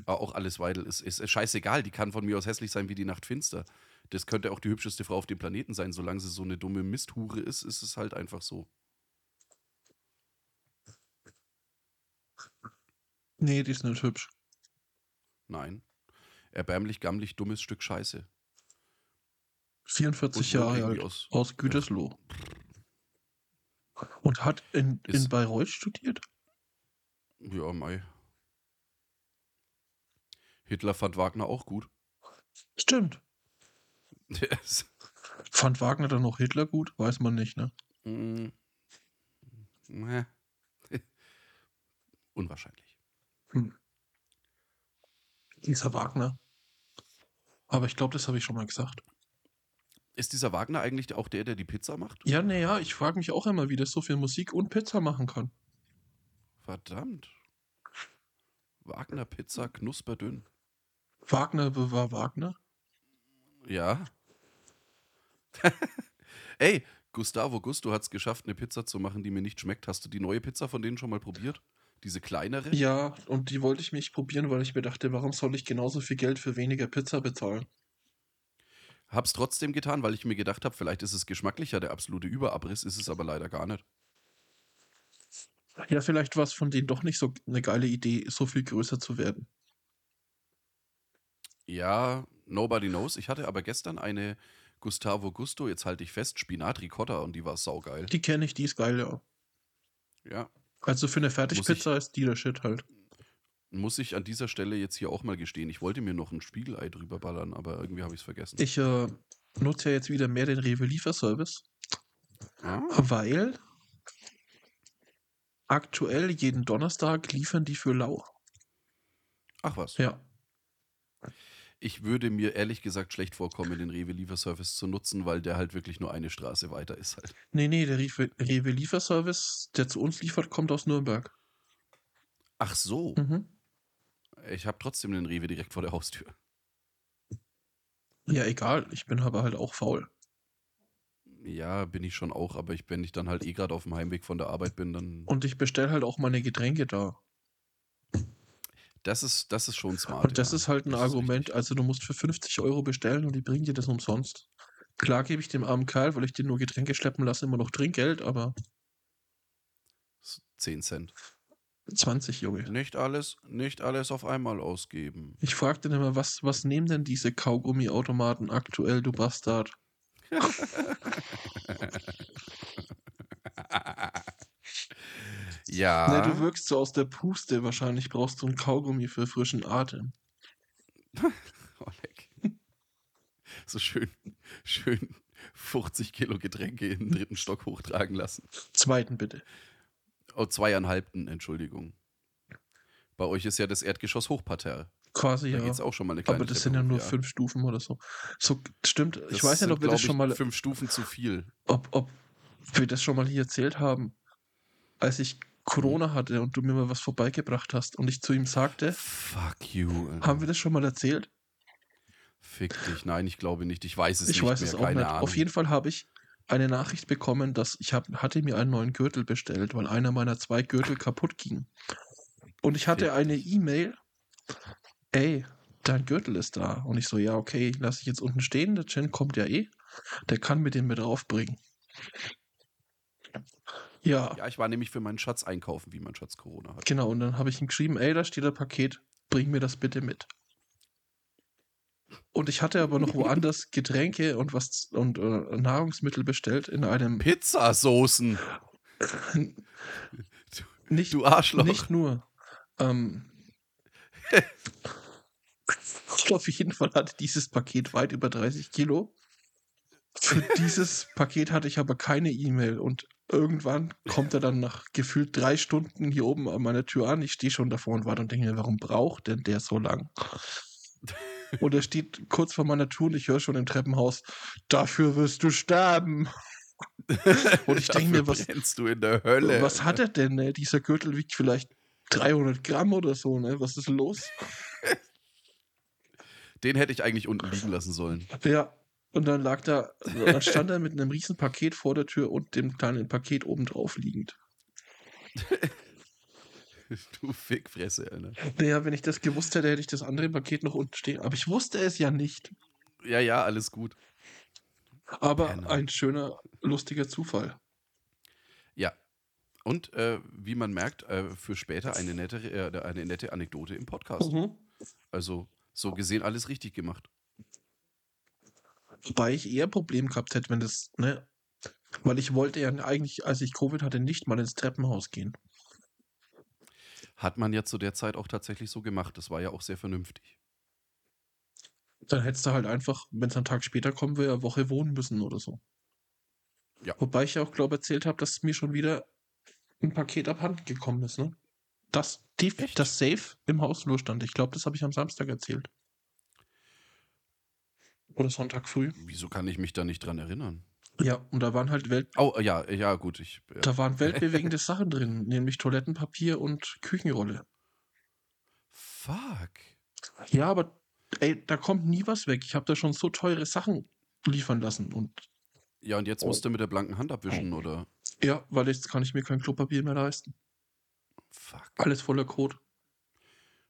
Speaker 1: Aber auch alles Weidel ist, ist, scheißegal. Die kann von mir aus hässlich sein wie die Nacht finster. Das könnte auch die hübscheste Frau auf dem Planeten sein. Solange sie so eine dumme Misthure ist, ist es halt einfach so.
Speaker 2: nee, die ist nicht hübsch.
Speaker 1: Nein. Erbärmlich, gammelig, dummes Stück Scheiße.
Speaker 2: 44
Speaker 1: Und wohnt
Speaker 2: Jahre
Speaker 1: irgendwie
Speaker 2: alt,
Speaker 1: aus-
Speaker 2: aus Gütersloh. Und hat in, in
Speaker 1: Ist-
Speaker 2: Bayreuth studiert?
Speaker 1: Ja, mei. Hitler fand Wagner auch gut.
Speaker 2: Stimmt.
Speaker 1: Yes.
Speaker 2: Fand Wagner dann noch Hitler gut? Weiß man nicht, ne?
Speaker 1: Mm. Mäh. Unwahrscheinlich.
Speaker 2: Dieser Wagner. Aber ich glaube, das habe ich schon mal gesagt.
Speaker 1: Ist dieser Wagner eigentlich auch der, der die Pizza macht?
Speaker 2: Ja, naja, ich frage mich auch immer, wie das so viel Musik und Pizza machen kann.
Speaker 1: Verdammt. Wagner Pizza knusperdünn.
Speaker 2: Wagner war Wagner?
Speaker 1: Ja. Ey, Gustavo Gusto hat es geschafft, eine Pizza zu machen, die mir nicht schmeckt. Hast du die neue Pizza von denen schon mal probiert? Diese kleinere?
Speaker 2: Ja, und die wollte ich nicht probieren, weil ich mir dachte, warum soll ich genauso viel Geld für weniger Pizza bezahlen?
Speaker 1: Hab's trotzdem getan, weil ich mir gedacht habe, vielleicht ist es geschmacklicher, der absolute Überabriss, ist es aber leider gar nicht.
Speaker 2: Ja, vielleicht war es von denen doch nicht so eine geile Idee, so viel größer zu werden.
Speaker 1: Ja, nobody knows. Ich hatte aber gestern eine Gustavo Gusto, jetzt halte ich fest, Spinat Ricotta und die war saugeil.
Speaker 2: Die kenne ich, die ist geil, ja.
Speaker 1: Ja,
Speaker 2: Also für eine Fertigpizza ist die der Shit halt.
Speaker 1: muss ich an dieser Stelle jetzt hier auch mal gestehen. Ich wollte mir noch ein Spiegelei drüber ballern, aber irgendwie habe ich es vergessen.
Speaker 2: Ich äh, nutze ja jetzt wieder mehr den Rewe-Lieferservice,
Speaker 1: Ah,
Speaker 2: weil aktuell jeden Donnerstag liefern die für Lau.
Speaker 1: Ach was.
Speaker 2: Ja.
Speaker 1: Ich würde mir ehrlich gesagt schlecht vorkommen, den Rewe Lieferservice zu nutzen, weil der halt wirklich nur eine Straße weiter ist halt.
Speaker 2: Nee, nee, der Rewe- Rewe-Lieferservice, der zu uns liefert, kommt aus Nürnberg.
Speaker 1: Ach so.
Speaker 2: Mhm.
Speaker 1: Ich habe trotzdem den Rewe direkt vor der Haustür.
Speaker 2: Ja, egal, ich bin aber halt auch faul.
Speaker 1: Ja, bin ich schon auch, aber ich, wenn ich dann halt eh gerade auf dem Heimweg von der Arbeit bin, dann.
Speaker 2: Und ich bestelle halt auch meine Getränke da.
Speaker 1: Das ist, das ist schon smart.
Speaker 2: Und das
Speaker 1: Ah, ja.
Speaker 2: ist halt ein
Speaker 1: Das ist
Speaker 2: Argument,
Speaker 1: richtig.
Speaker 2: also du musst für 50 Euro bestellen und die bringen dir das umsonst. Klar gebe ich dem armen Kerl, weil ich den nur Getränke schleppen lasse, immer noch Trinkgeld, aber
Speaker 1: 10 Cent.
Speaker 2: 20, Junge.
Speaker 1: Nicht alles, nicht alles auf einmal ausgeben.
Speaker 2: Ich fragte den immer, was, was nehmen denn diese Kaugummiautomaten aktuell, du Bastard?
Speaker 1: Ja.
Speaker 2: Ne, du wirkst so aus der Puste, wahrscheinlich brauchst du einen Kaugummi für frischen Atem.
Speaker 1: Oh, leck. So schön, schön 50 Kilo Getränke in den dritten Stock hochtragen lassen.
Speaker 2: Zweiten bitte.
Speaker 1: Oh, zweieinhalbten, Entschuldigung. Bei euch ist ja das Erdgeschoss Hochparterre.
Speaker 2: Quasi
Speaker 1: Da
Speaker 2: ja.
Speaker 1: geht's auch schon mal eine kleine
Speaker 2: Aber das
Speaker 1: Treppe
Speaker 2: sind ja
Speaker 1: hoch,
Speaker 2: nur fünf Stufen oder so. So, stimmt, ich
Speaker 1: Das
Speaker 2: weiß nicht,
Speaker 1: sind,
Speaker 2: ob wir
Speaker 1: glaub
Speaker 2: das schon
Speaker 1: ich,
Speaker 2: mal
Speaker 1: Fünf Stufen zu viel.
Speaker 2: ob, ob wir das schon mal hier erzählt haben, als ich
Speaker 1: Hm.
Speaker 2: Corona hatte und du mir mal was vorbeigebracht hast und ich zu ihm sagte,
Speaker 1: Fuck you. Alter.
Speaker 2: haben wir das schon mal erzählt?
Speaker 1: Fick dich. Nein, ich glaube nicht. Ich weiß es
Speaker 2: ich
Speaker 1: nicht
Speaker 2: weiß
Speaker 1: mehr.
Speaker 2: es auch
Speaker 1: Keine
Speaker 2: nicht.
Speaker 1: Ahnung.
Speaker 2: Auf jeden Fall habe ich eine Nachricht bekommen, dass ich hab, hatte mir einen neuen Gürtel bestellt, weil einer meiner zwei Gürtel kaputt ging. Und ich hatte
Speaker 1: Fick
Speaker 2: eine E-Mail, ey, dein Gürtel ist da. Und ich so, ja, okay, lasse ich jetzt unten stehen, der Chen kommt ja eh, der kann mir den mit raufbringen. Ja,
Speaker 1: ja, ich war nämlich für meinen Schatz einkaufen, wie mein Schatz Corona hat.
Speaker 2: Genau, und dann habe ich ihm geschrieben, ey, da steht ein Paket, bring mir das bitte mit. Und ich hatte aber noch woanders Getränke und was und äh, Nahrungsmittel bestellt in einem
Speaker 1: Pizzasoßen.
Speaker 2: nicht,
Speaker 1: Du Arschloch.
Speaker 2: nicht nur. Ähm, auf jeden Fall hatte dieses Paket weit über 30 Kilo. Für dieses Paket hatte ich aber keine E-Mail und irgendwann kommt er dann nach gefühlt drei Stunden hier oben an meiner Tür an. Ich stehe schon davor und warte und denke mir, warum braucht denn der so lang? Und er steht kurz vor meiner Tür und ich höre schon im Treppenhaus, dafür wirst du sterben. Und ich denk mir,
Speaker 1: Dafür
Speaker 2: was-
Speaker 1: brennst du in der Hölle?
Speaker 2: Was hat er denn? Ne? Dieser Gürtel wiegt vielleicht 300 Gramm oder so. Ne? Was ist los?
Speaker 1: Den hätte ich eigentlich unten liegen lassen sollen.
Speaker 2: Ja. Und dann lag da, also dann stand er mit einem riesen Paket vor der Tür und dem kleinen Paket obendrauf liegend.
Speaker 1: Du Fickfresse, Alter.
Speaker 2: Naja, wenn ich das gewusst hätte, hätte ich das andere Paket noch unten stehen. Aber ich wusste es ja nicht.
Speaker 1: Ja, ja, alles gut.
Speaker 2: Aber
Speaker 1: Penner.
Speaker 2: ein schöner, lustiger Zufall.
Speaker 1: Ja. Und äh, wie man merkt, äh, für später eine nette, äh, eine nette Anekdote im Podcast.
Speaker 2: Mhm.
Speaker 1: Also, so gesehen, alles richtig gemacht.
Speaker 2: Wobei ich eher ein Problem gehabt hätte, wenn das, ne? Weil ich wollte ja eigentlich, als ich Covid hatte, nicht mal ins Treppenhaus gehen.
Speaker 1: Hat man ja zu der Zeit auch tatsächlich so gemacht. Das war ja auch sehr vernünftig.
Speaker 2: Dann hättest du halt einfach, wenn es einen Tag später kommen würde, eine Woche wohnen müssen oder so.
Speaker 1: Ja.
Speaker 2: Wobei ich ja auch, glaube erzählt habe, dass mir schon wieder ein Paket abhanden gekommen ist, ne? Das, die,
Speaker 1: Echt?
Speaker 2: das Safe im Hausflur stand. Ich glaube, das habe ich am Samstag erzählt. Oder Sonntag früh.
Speaker 1: Wieso kann ich mich da nicht dran erinnern?
Speaker 2: Ja, und da waren halt Welt,
Speaker 1: Oh, ja, ja, gut. Ich, äh,
Speaker 2: da waren weltbewegende Sachen drin, nämlich Toilettenpapier und Küchenrolle.
Speaker 1: fuck.
Speaker 2: Ja, aber ey, da kommt nie was weg. Ich habe da schon so teure Sachen liefern lassen und
Speaker 1: Ja, und jetzt musst du mit der blanken Hand abwischen, oder?
Speaker 2: ja, weil jetzt kann ich mir kein Klopapier mehr leisten.
Speaker 1: Fuck.
Speaker 2: Alles voller Kot.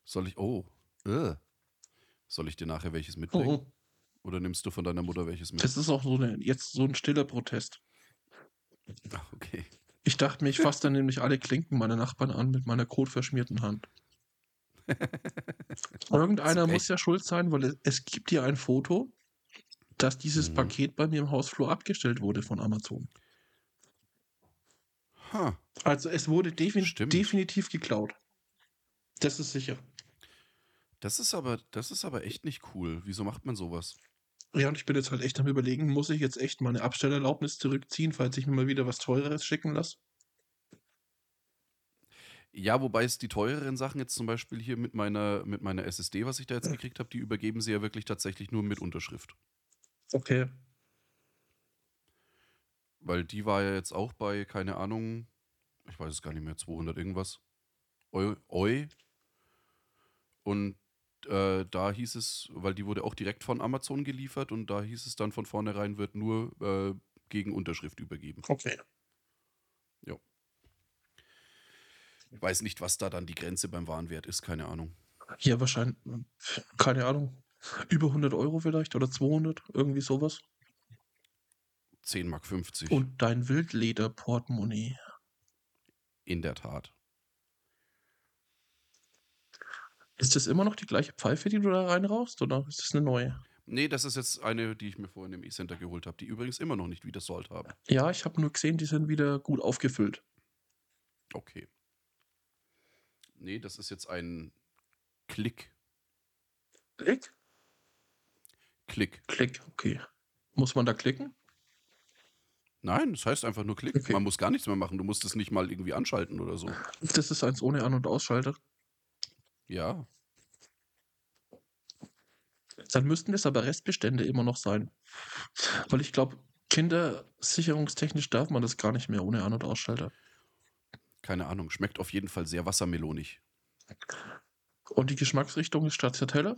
Speaker 1: Soll ich. Oh. Äh. Soll ich dir nachher welches mitbringen?
Speaker 2: Oh,
Speaker 1: Oder nimmst du von deiner Mutter welches mit?
Speaker 2: das ist auch so eine, jetzt so ein stiller Protest.
Speaker 1: Ach, Ah, okay.
Speaker 2: Ich dachte mir, ich fasse dann nämlich alle Klinken meiner Nachbarn an mit meiner kotverschmierten Hand. Irgendeiner muss ja schuld sein, weil es, es gibt hier ein Foto, dass dieses
Speaker 1: Mhm.
Speaker 2: Paket bei mir im Hausflur abgestellt wurde von Amazon.
Speaker 1: Ha.
Speaker 2: Also es wurde defin
Speaker 1: Stimmt.
Speaker 2: definitiv geklaut. Das ist sicher.
Speaker 1: Das ist aber, das ist aber echt nicht cool. Wieso macht man sowas?
Speaker 2: Ja, und ich bin jetzt halt echt am überlegen, muss ich jetzt echt meine Abstellerlaubnis zurückziehen, falls ich mir mal wieder was Teureres schicken lasse?
Speaker 1: Ja, wobei es die teureren Sachen jetzt zum Beispiel hier mit meiner, mit meiner SSD, was ich da jetzt gekriegt habe, die übergeben sie ja wirklich tatsächlich nur mit Unterschrift.
Speaker 2: Okay.
Speaker 1: Weil die war ja jetzt auch bei, keine Ahnung, ich weiß es gar nicht mehr, 200 irgendwas. Eu. Eu. Und äh, da hieß es, weil die wurde auch direkt von Amazon geliefert und da hieß es dann von vornherein, wird nur äh, gegen Unterschrift übergeben.
Speaker 2: Okay.
Speaker 1: Ich weiß nicht, was da dann die Grenze beim Warenwert ist, keine Ahnung.
Speaker 2: Ja, wahrscheinlich, keine Ahnung, über 100 Euro vielleicht oder 200, irgendwie sowas.
Speaker 1: 10 Mark 50.
Speaker 2: Und dein Wildleder-Portemonnaie.
Speaker 1: In der Tat.
Speaker 2: Ist das immer noch die gleiche Pfeife, die du da reinrauchst, oder ist das eine neue?
Speaker 1: Nee, das ist jetzt eine, die ich mir vorhin im E-Center geholt habe, die übrigens immer noch nicht wieder Sold haben.
Speaker 2: Ja, ich habe nur gesehen, die sind wieder gut aufgefüllt.
Speaker 1: Okay. Nee, das ist jetzt ein Klick.
Speaker 2: Klick?
Speaker 1: Klick.
Speaker 2: Klick, okay. Muss man da klicken?
Speaker 1: Nein, das heißt einfach nur Klick.
Speaker 2: Okay.
Speaker 1: Man muss gar nichts mehr machen. Du musst es nicht mal irgendwie anschalten oder so.
Speaker 2: Das ist eins ohne An- und Ausschalter.
Speaker 1: Ja.
Speaker 2: Dann müssten das aber Restbestände immer noch sein. Weil ich glaube, kindersicherungstechnisch darf man das gar nicht mehr ohne An- und Ausschalter.
Speaker 1: Keine Ahnung. Schmeckt auf jeden Fall sehr wassermelonig.
Speaker 2: Und die Geschmacksrichtung ist Stracciatella?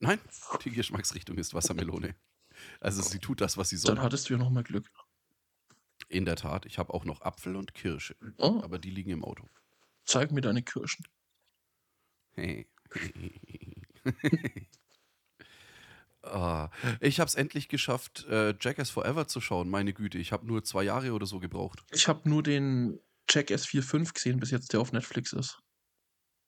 Speaker 1: Nein, die Geschmacksrichtung ist Wassermelone. Also sie tut das, was sie
Speaker 2: Dann
Speaker 1: soll.
Speaker 2: hattest du ja noch mal Glück.
Speaker 1: In der Tat, ich habe auch noch Apfel und Kirsche.
Speaker 2: Oh,
Speaker 1: Aber die liegen im Auto.
Speaker 2: zeig mir deine Kirschen.
Speaker 1: ah, ich habe es endlich geschafft, äh, Jackass Forever zu schauen. Meine Güte, ich habe nur zwei Jahre oder so gebraucht.
Speaker 2: Ich habe nur den Jack S45 gesehen, bis jetzt der auf Netflix ist.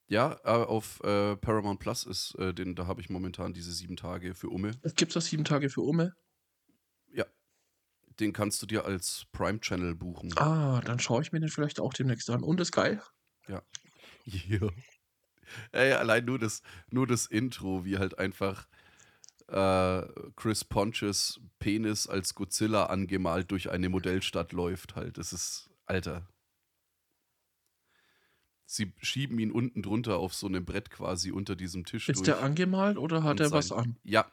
Speaker 1: Ja, äh, auf äh, Paramount Plus ist, äh, den, da habe ich momentan diese sieben Tage für Umme.
Speaker 2: Gibt's das sieben Tage für Umme?
Speaker 1: Den kannst du dir als Prime Channel buchen.
Speaker 2: Ah, dann schaue ich mir den vielleicht auch demnächst an. Und ist geil.
Speaker 1: Ja. Ey, allein nur das, nur das Intro, wie halt einfach äh, Chris Ponches Penis als Godzilla angemalt durch eine Modellstadt läuft halt. Das ist, Alter. Sie schieben ihn unten drunter auf so einem Brett quasi unter diesem Tisch
Speaker 2: Ist
Speaker 1: durch.
Speaker 2: der angemalt oder hat
Speaker 1: Und
Speaker 2: er was
Speaker 1: sein-
Speaker 2: an?
Speaker 1: ja.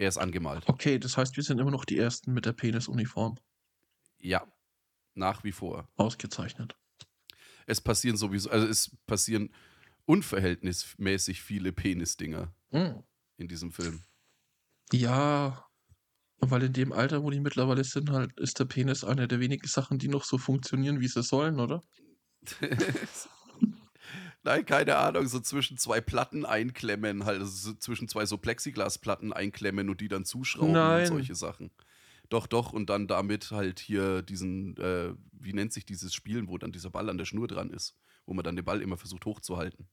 Speaker 1: Er ist angemalt.
Speaker 2: Okay, das heißt, wir sind immer noch die Ersten mit der Penisuniform.
Speaker 1: Ja. Nach wie vor.
Speaker 2: Ausgezeichnet.
Speaker 1: Es passieren sowieso, also es passieren unverhältnismäßig viele Penisdinger
Speaker 2: Mm.
Speaker 1: in diesem Film.
Speaker 2: Ja, weil in dem Alter, wo die mittlerweile sind, halt, ist der Penis eine der wenigen Sachen, die noch so funktionieren, wie sie sollen, oder?
Speaker 1: Nein, keine Ahnung, so zwischen zwei Platten einklemmen, halt, also so zwischen zwei so Plexiglasplatten einklemmen und die dann zuschrauben
Speaker 2: Nein.
Speaker 1: und solche Sachen. Doch, doch, und dann damit halt hier diesen, äh, wie nennt sich dieses Spielen, wo dann dieser Ball an der Schnur dran ist, wo man dann den Ball immer versucht hochzuhalten.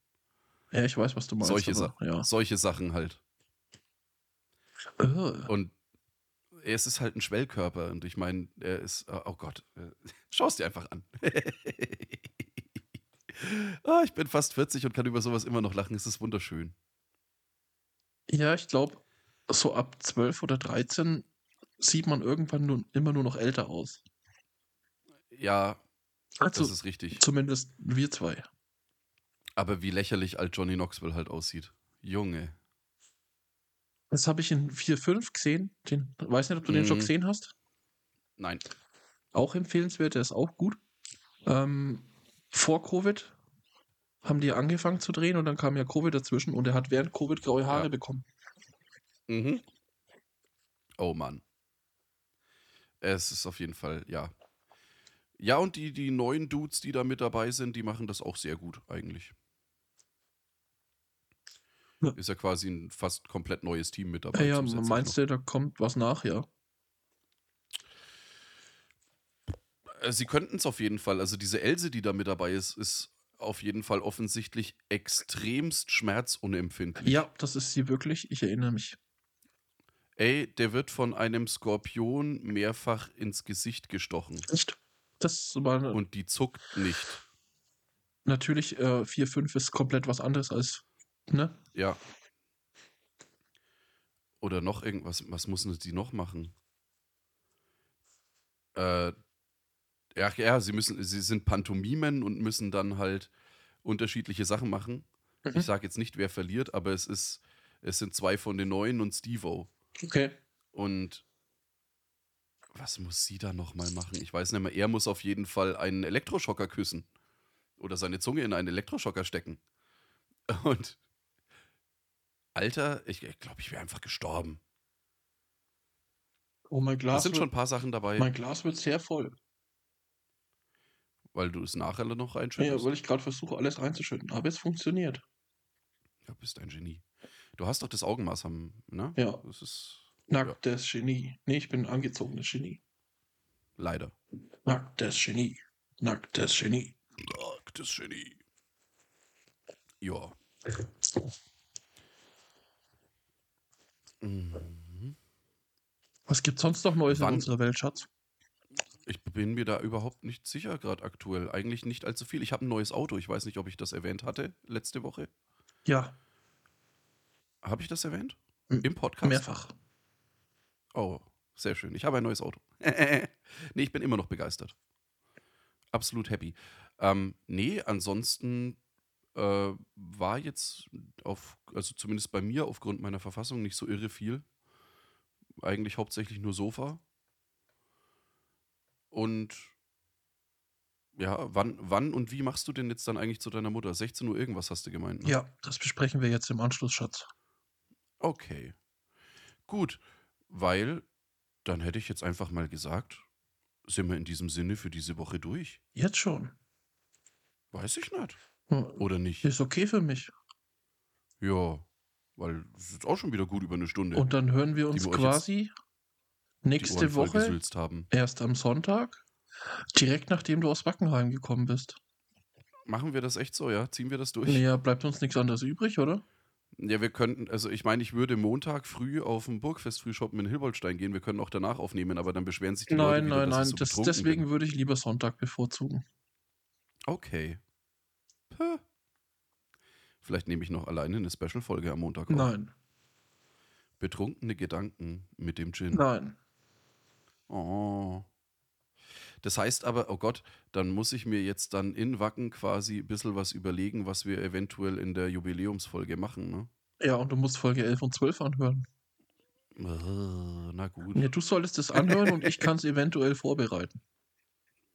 Speaker 2: Ja, ich weiß, was du meinst.
Speaker 1: Solche
Speaker 2: aber, ja.
Speaker 1: Solche Sachen halt.
Speaker 2: Äh,
Speaker 1: Und es ist halt ein Schwellkörper und ich meine, er ist, oh oh Gott, äh, schau es dir einfach an. ah, ich bin fast 40 und kann über sowas immer noch lachen, es ist wunderschön.
Speaker 2: Ja, ich glaube, so ab 12 oder 13 sieht man irgendwann nun, immer nur noch älter aus.
Speaker 1: Ja, das
Speaker 2: Also
Speaker 1: ist richtig.
Speaker 2: zumindest wir zwei.
Speaker 1: Aber wie lächerlich alt Johnny Knoxville halt aussieht. Junge.
Speaker 2: Das habe ich in 4.5 gesehen. Den, weiß nicht, ob du den schon
Speaker 1: Mhm.
Speaker 2: gesehen hast.
Speaker 1: Nein.
Speaker 2: Auch empfehlenswert, der ist auch gut. Ähm, vor Covid haben die angefangen zu drehen und dann kam ja Covid dazwischen und er hat während Covid graue Haare
Speaker 1: Ja.
Speaker 2: bekommen.
Speaker 1: Mhm. Oh Mann. Es ist auf jeden Fall, ja. Ja, und die, die neuen Dudes, die da mit dabei sind, die machen das auch sehr gut eigentlich.
Speaker 2: Ja.
Speaker 1: Ist ja quasi ein fast komplett neues Team mit dabei.
Speaker 2: Ja, ja
Speaker 1: zusätzlich
Speaker 2: meinst
Speaker 1: noch.
Speaker 2: du, da kommt was nach, ja.
Speaker 1: Äh, Sie könnten es auf jeden Fall. Also diese Else, die da mit dabei ist, ist auf jeden Fall offensichtlich extremst schmerzunempfindlich.
Speaker 2: Ja, das ist sie wirklich. Ich erinnere mich.
Speaker 1: Ey, der wird von einem Skorpion mehrfach ins Gesicht gestochen.
Speaker 2: Echt? Das war eine-
Speaker 1: Und die zuckt nicht.
Speaker 2: natürlich äh, 4-5 ist komplett was anderes als, ne?
Speaker 1: Ja. Oder noch irgendwas. Was muss denn die noch machen? Äh, ja, ja, sie müssen, sie sind Pantomimen und müssen dann halt unterschiedliche Sachen machen.
Speaker 2: Mhm.
Speaker 1: Ich sage jetzt nicht, wer verliert, aber es ist, es sind zwei von den Neuen und Stevo.
Speaker 2: Okay.
Speaker 1: Und was muss sie da nochmal machen? Ich weiß nicht mehr. Er muss auf jeden Fall einen Elektroschocker küssen. Oder seine Zunge in einen Elektroschocker stecken. Und. Alter, ich glaube, ich, glaub, ich wäre einfach gestorben.
Speaker 2: Oh, mein
Speaker 1: Da
Speaker 2: Glas,
Speaker 1: sind
Speaker 2: wird,
Speaker 1: schon ein paar Sachen dabei,
Speaker 2: mein Glas wird sehr voll.
Speaker 1: weil du es nachher noch
Speaker 2: Ja,
Speaker 1: reinschüttest.
Speaker 2: weil ich gerade versuche, alles einzuschütten. Aber es funktioniert.
Speaker 1: Ja, bist ein Genie. Du hast doch das Augenmaß am, ne?
Speaker 2: Ja.
Speaker 1: Das ist
Speaker 2: Nacktes Genie. Nee, ich bin angezogenes Genie.
Speaker 1: leider.
Speaker 2: Nacktes Genie. Nacktes Genie.
Speaker 1: Ach, das Genie. Ja. Mhm.
Speaker 2: Was gibt's sonst noch Neues
Speaker 1: Wann-
Speaker 2: in unserer Welt, Schatz?
Speaker 1: Ich bin mir da überhaupt nicht sicher gerade aktuell. Eigentlich nicht allzu viel. Ich habe ein neues Auto. Ich weiß nicht, ob ich das erwähnt hatte letzte Woche.
Speaker 2: Ja,
Speaker 1: Habe ich das erwähnt?
Speaker 2: M-
Speaker 1: Im Podcast?
Speaker 2: mehrfach.
Speaker 1: Oh, sehr schön. Ich habe ein neues Auto. nee, ich bin immer noch begeistert. Absolut happy. Ähm, nee, ansonsten äh, war jetzt auf, also zumindest bei mir aufgrund meiner Verfassung nicht so irre viel. Eigentlich hauptsächlich nur Sofa. Und ja, wann, wann und wie machst du denn jetzt dann eigentlich zu deiner Mutter? 16 Uhr irgendwas hast du gemeint, ne?
Speaker 2: Ja, das besprechen wir jetzt im Anschluss, Schatz.
Speaker 1: Okay. Gut, weil dann hätte ich jetzt einfach mal gesagt, sind wir in diesem Sinne für diese Woche durch?
Speaker 2: Jetzt schon.
Speaker 1: Weiß ich nicht.
Speaker 2: Hm,
Speaker 1: Oder nicht?
Speaker 2: Ist okay für mich.
Speaker 1: Ja, weil es ist jetzt auch schon wieder gut über eine Stunde,
Speaker 2: Und dann hören wir uns
Speaker 1: wir euch
Speaker 2: quasi
Speaker 1: die Ohren
Speaker 2: nächste
Speaker 1: voll
Speaker 2: Woche,
Speaker 1: gesülzt haben.
Speaker 2: erst am Sonntag, direkt nachdem du aus Wackenheim gekommen bist.
Speaker 1: Machen wir das echt so, ja? Ziehen wir das durch?
Speaker 2: Naja, bleibt uns nichts anderes übrig, oder?
Speaker 1: Ja, wir könnten, also ich meine, ich würde Montag früh auf dem Burgfest Frühshoppen in Hilboltstein gehen. Wir können auch danach aufnehmen, aber dann beschweren sich die Leute
Speaker 2: Nein,
Speaker 1: wieder,
Speaker 2: nein,
Speaker 1: dass
Speaker 2: nein.
Speaker 1: ich so
Speaker 2: das,
Speaker 1: betrunken
Speaker 2: deswegen
Speaker 1: Bin.
Speaker 2: würde ich lieber Sonntag bevorzugen.
Speaker 1: Okay. Puh. Vielleicht nehme ich noch alleine eine Special-Folge am Montag auf.
Speaker 2: Nein,
Speaker 1: Betrunkene Gedanken mit dem Gin.
Speaker 2: nein.
Speaker 1: Oh. Das heißt aber, oh Gott, dann muss ich mir jetzt dann in Wacken quasi ein bisschen was überlegen, was wir eventuell in der Jubiläumsfolge machen, ne?
Speaker 2: Ja, und du musst Folge 11 und 12 anhören.
Speaker 1: Äh, Na gut.
Speaker 2: Ja, du solltest es anhören und ich kann es eventuell vorbereiten.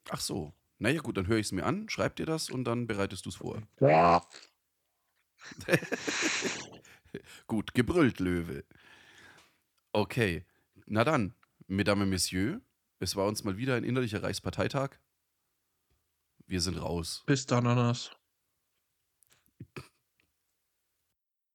Speaker 1: Ach so. Naja, gut, dann höre ich es mir an, schreib dir das und dann bereitest du es vor. Gut, gebrüllt, Löwe. Okay. Na dann, Mesdames et Messieurs, es war uns mal wieder ein innerlicher Reichsparteitag. Wir sind raus.
Speaker 2: Bis dann, Ananas.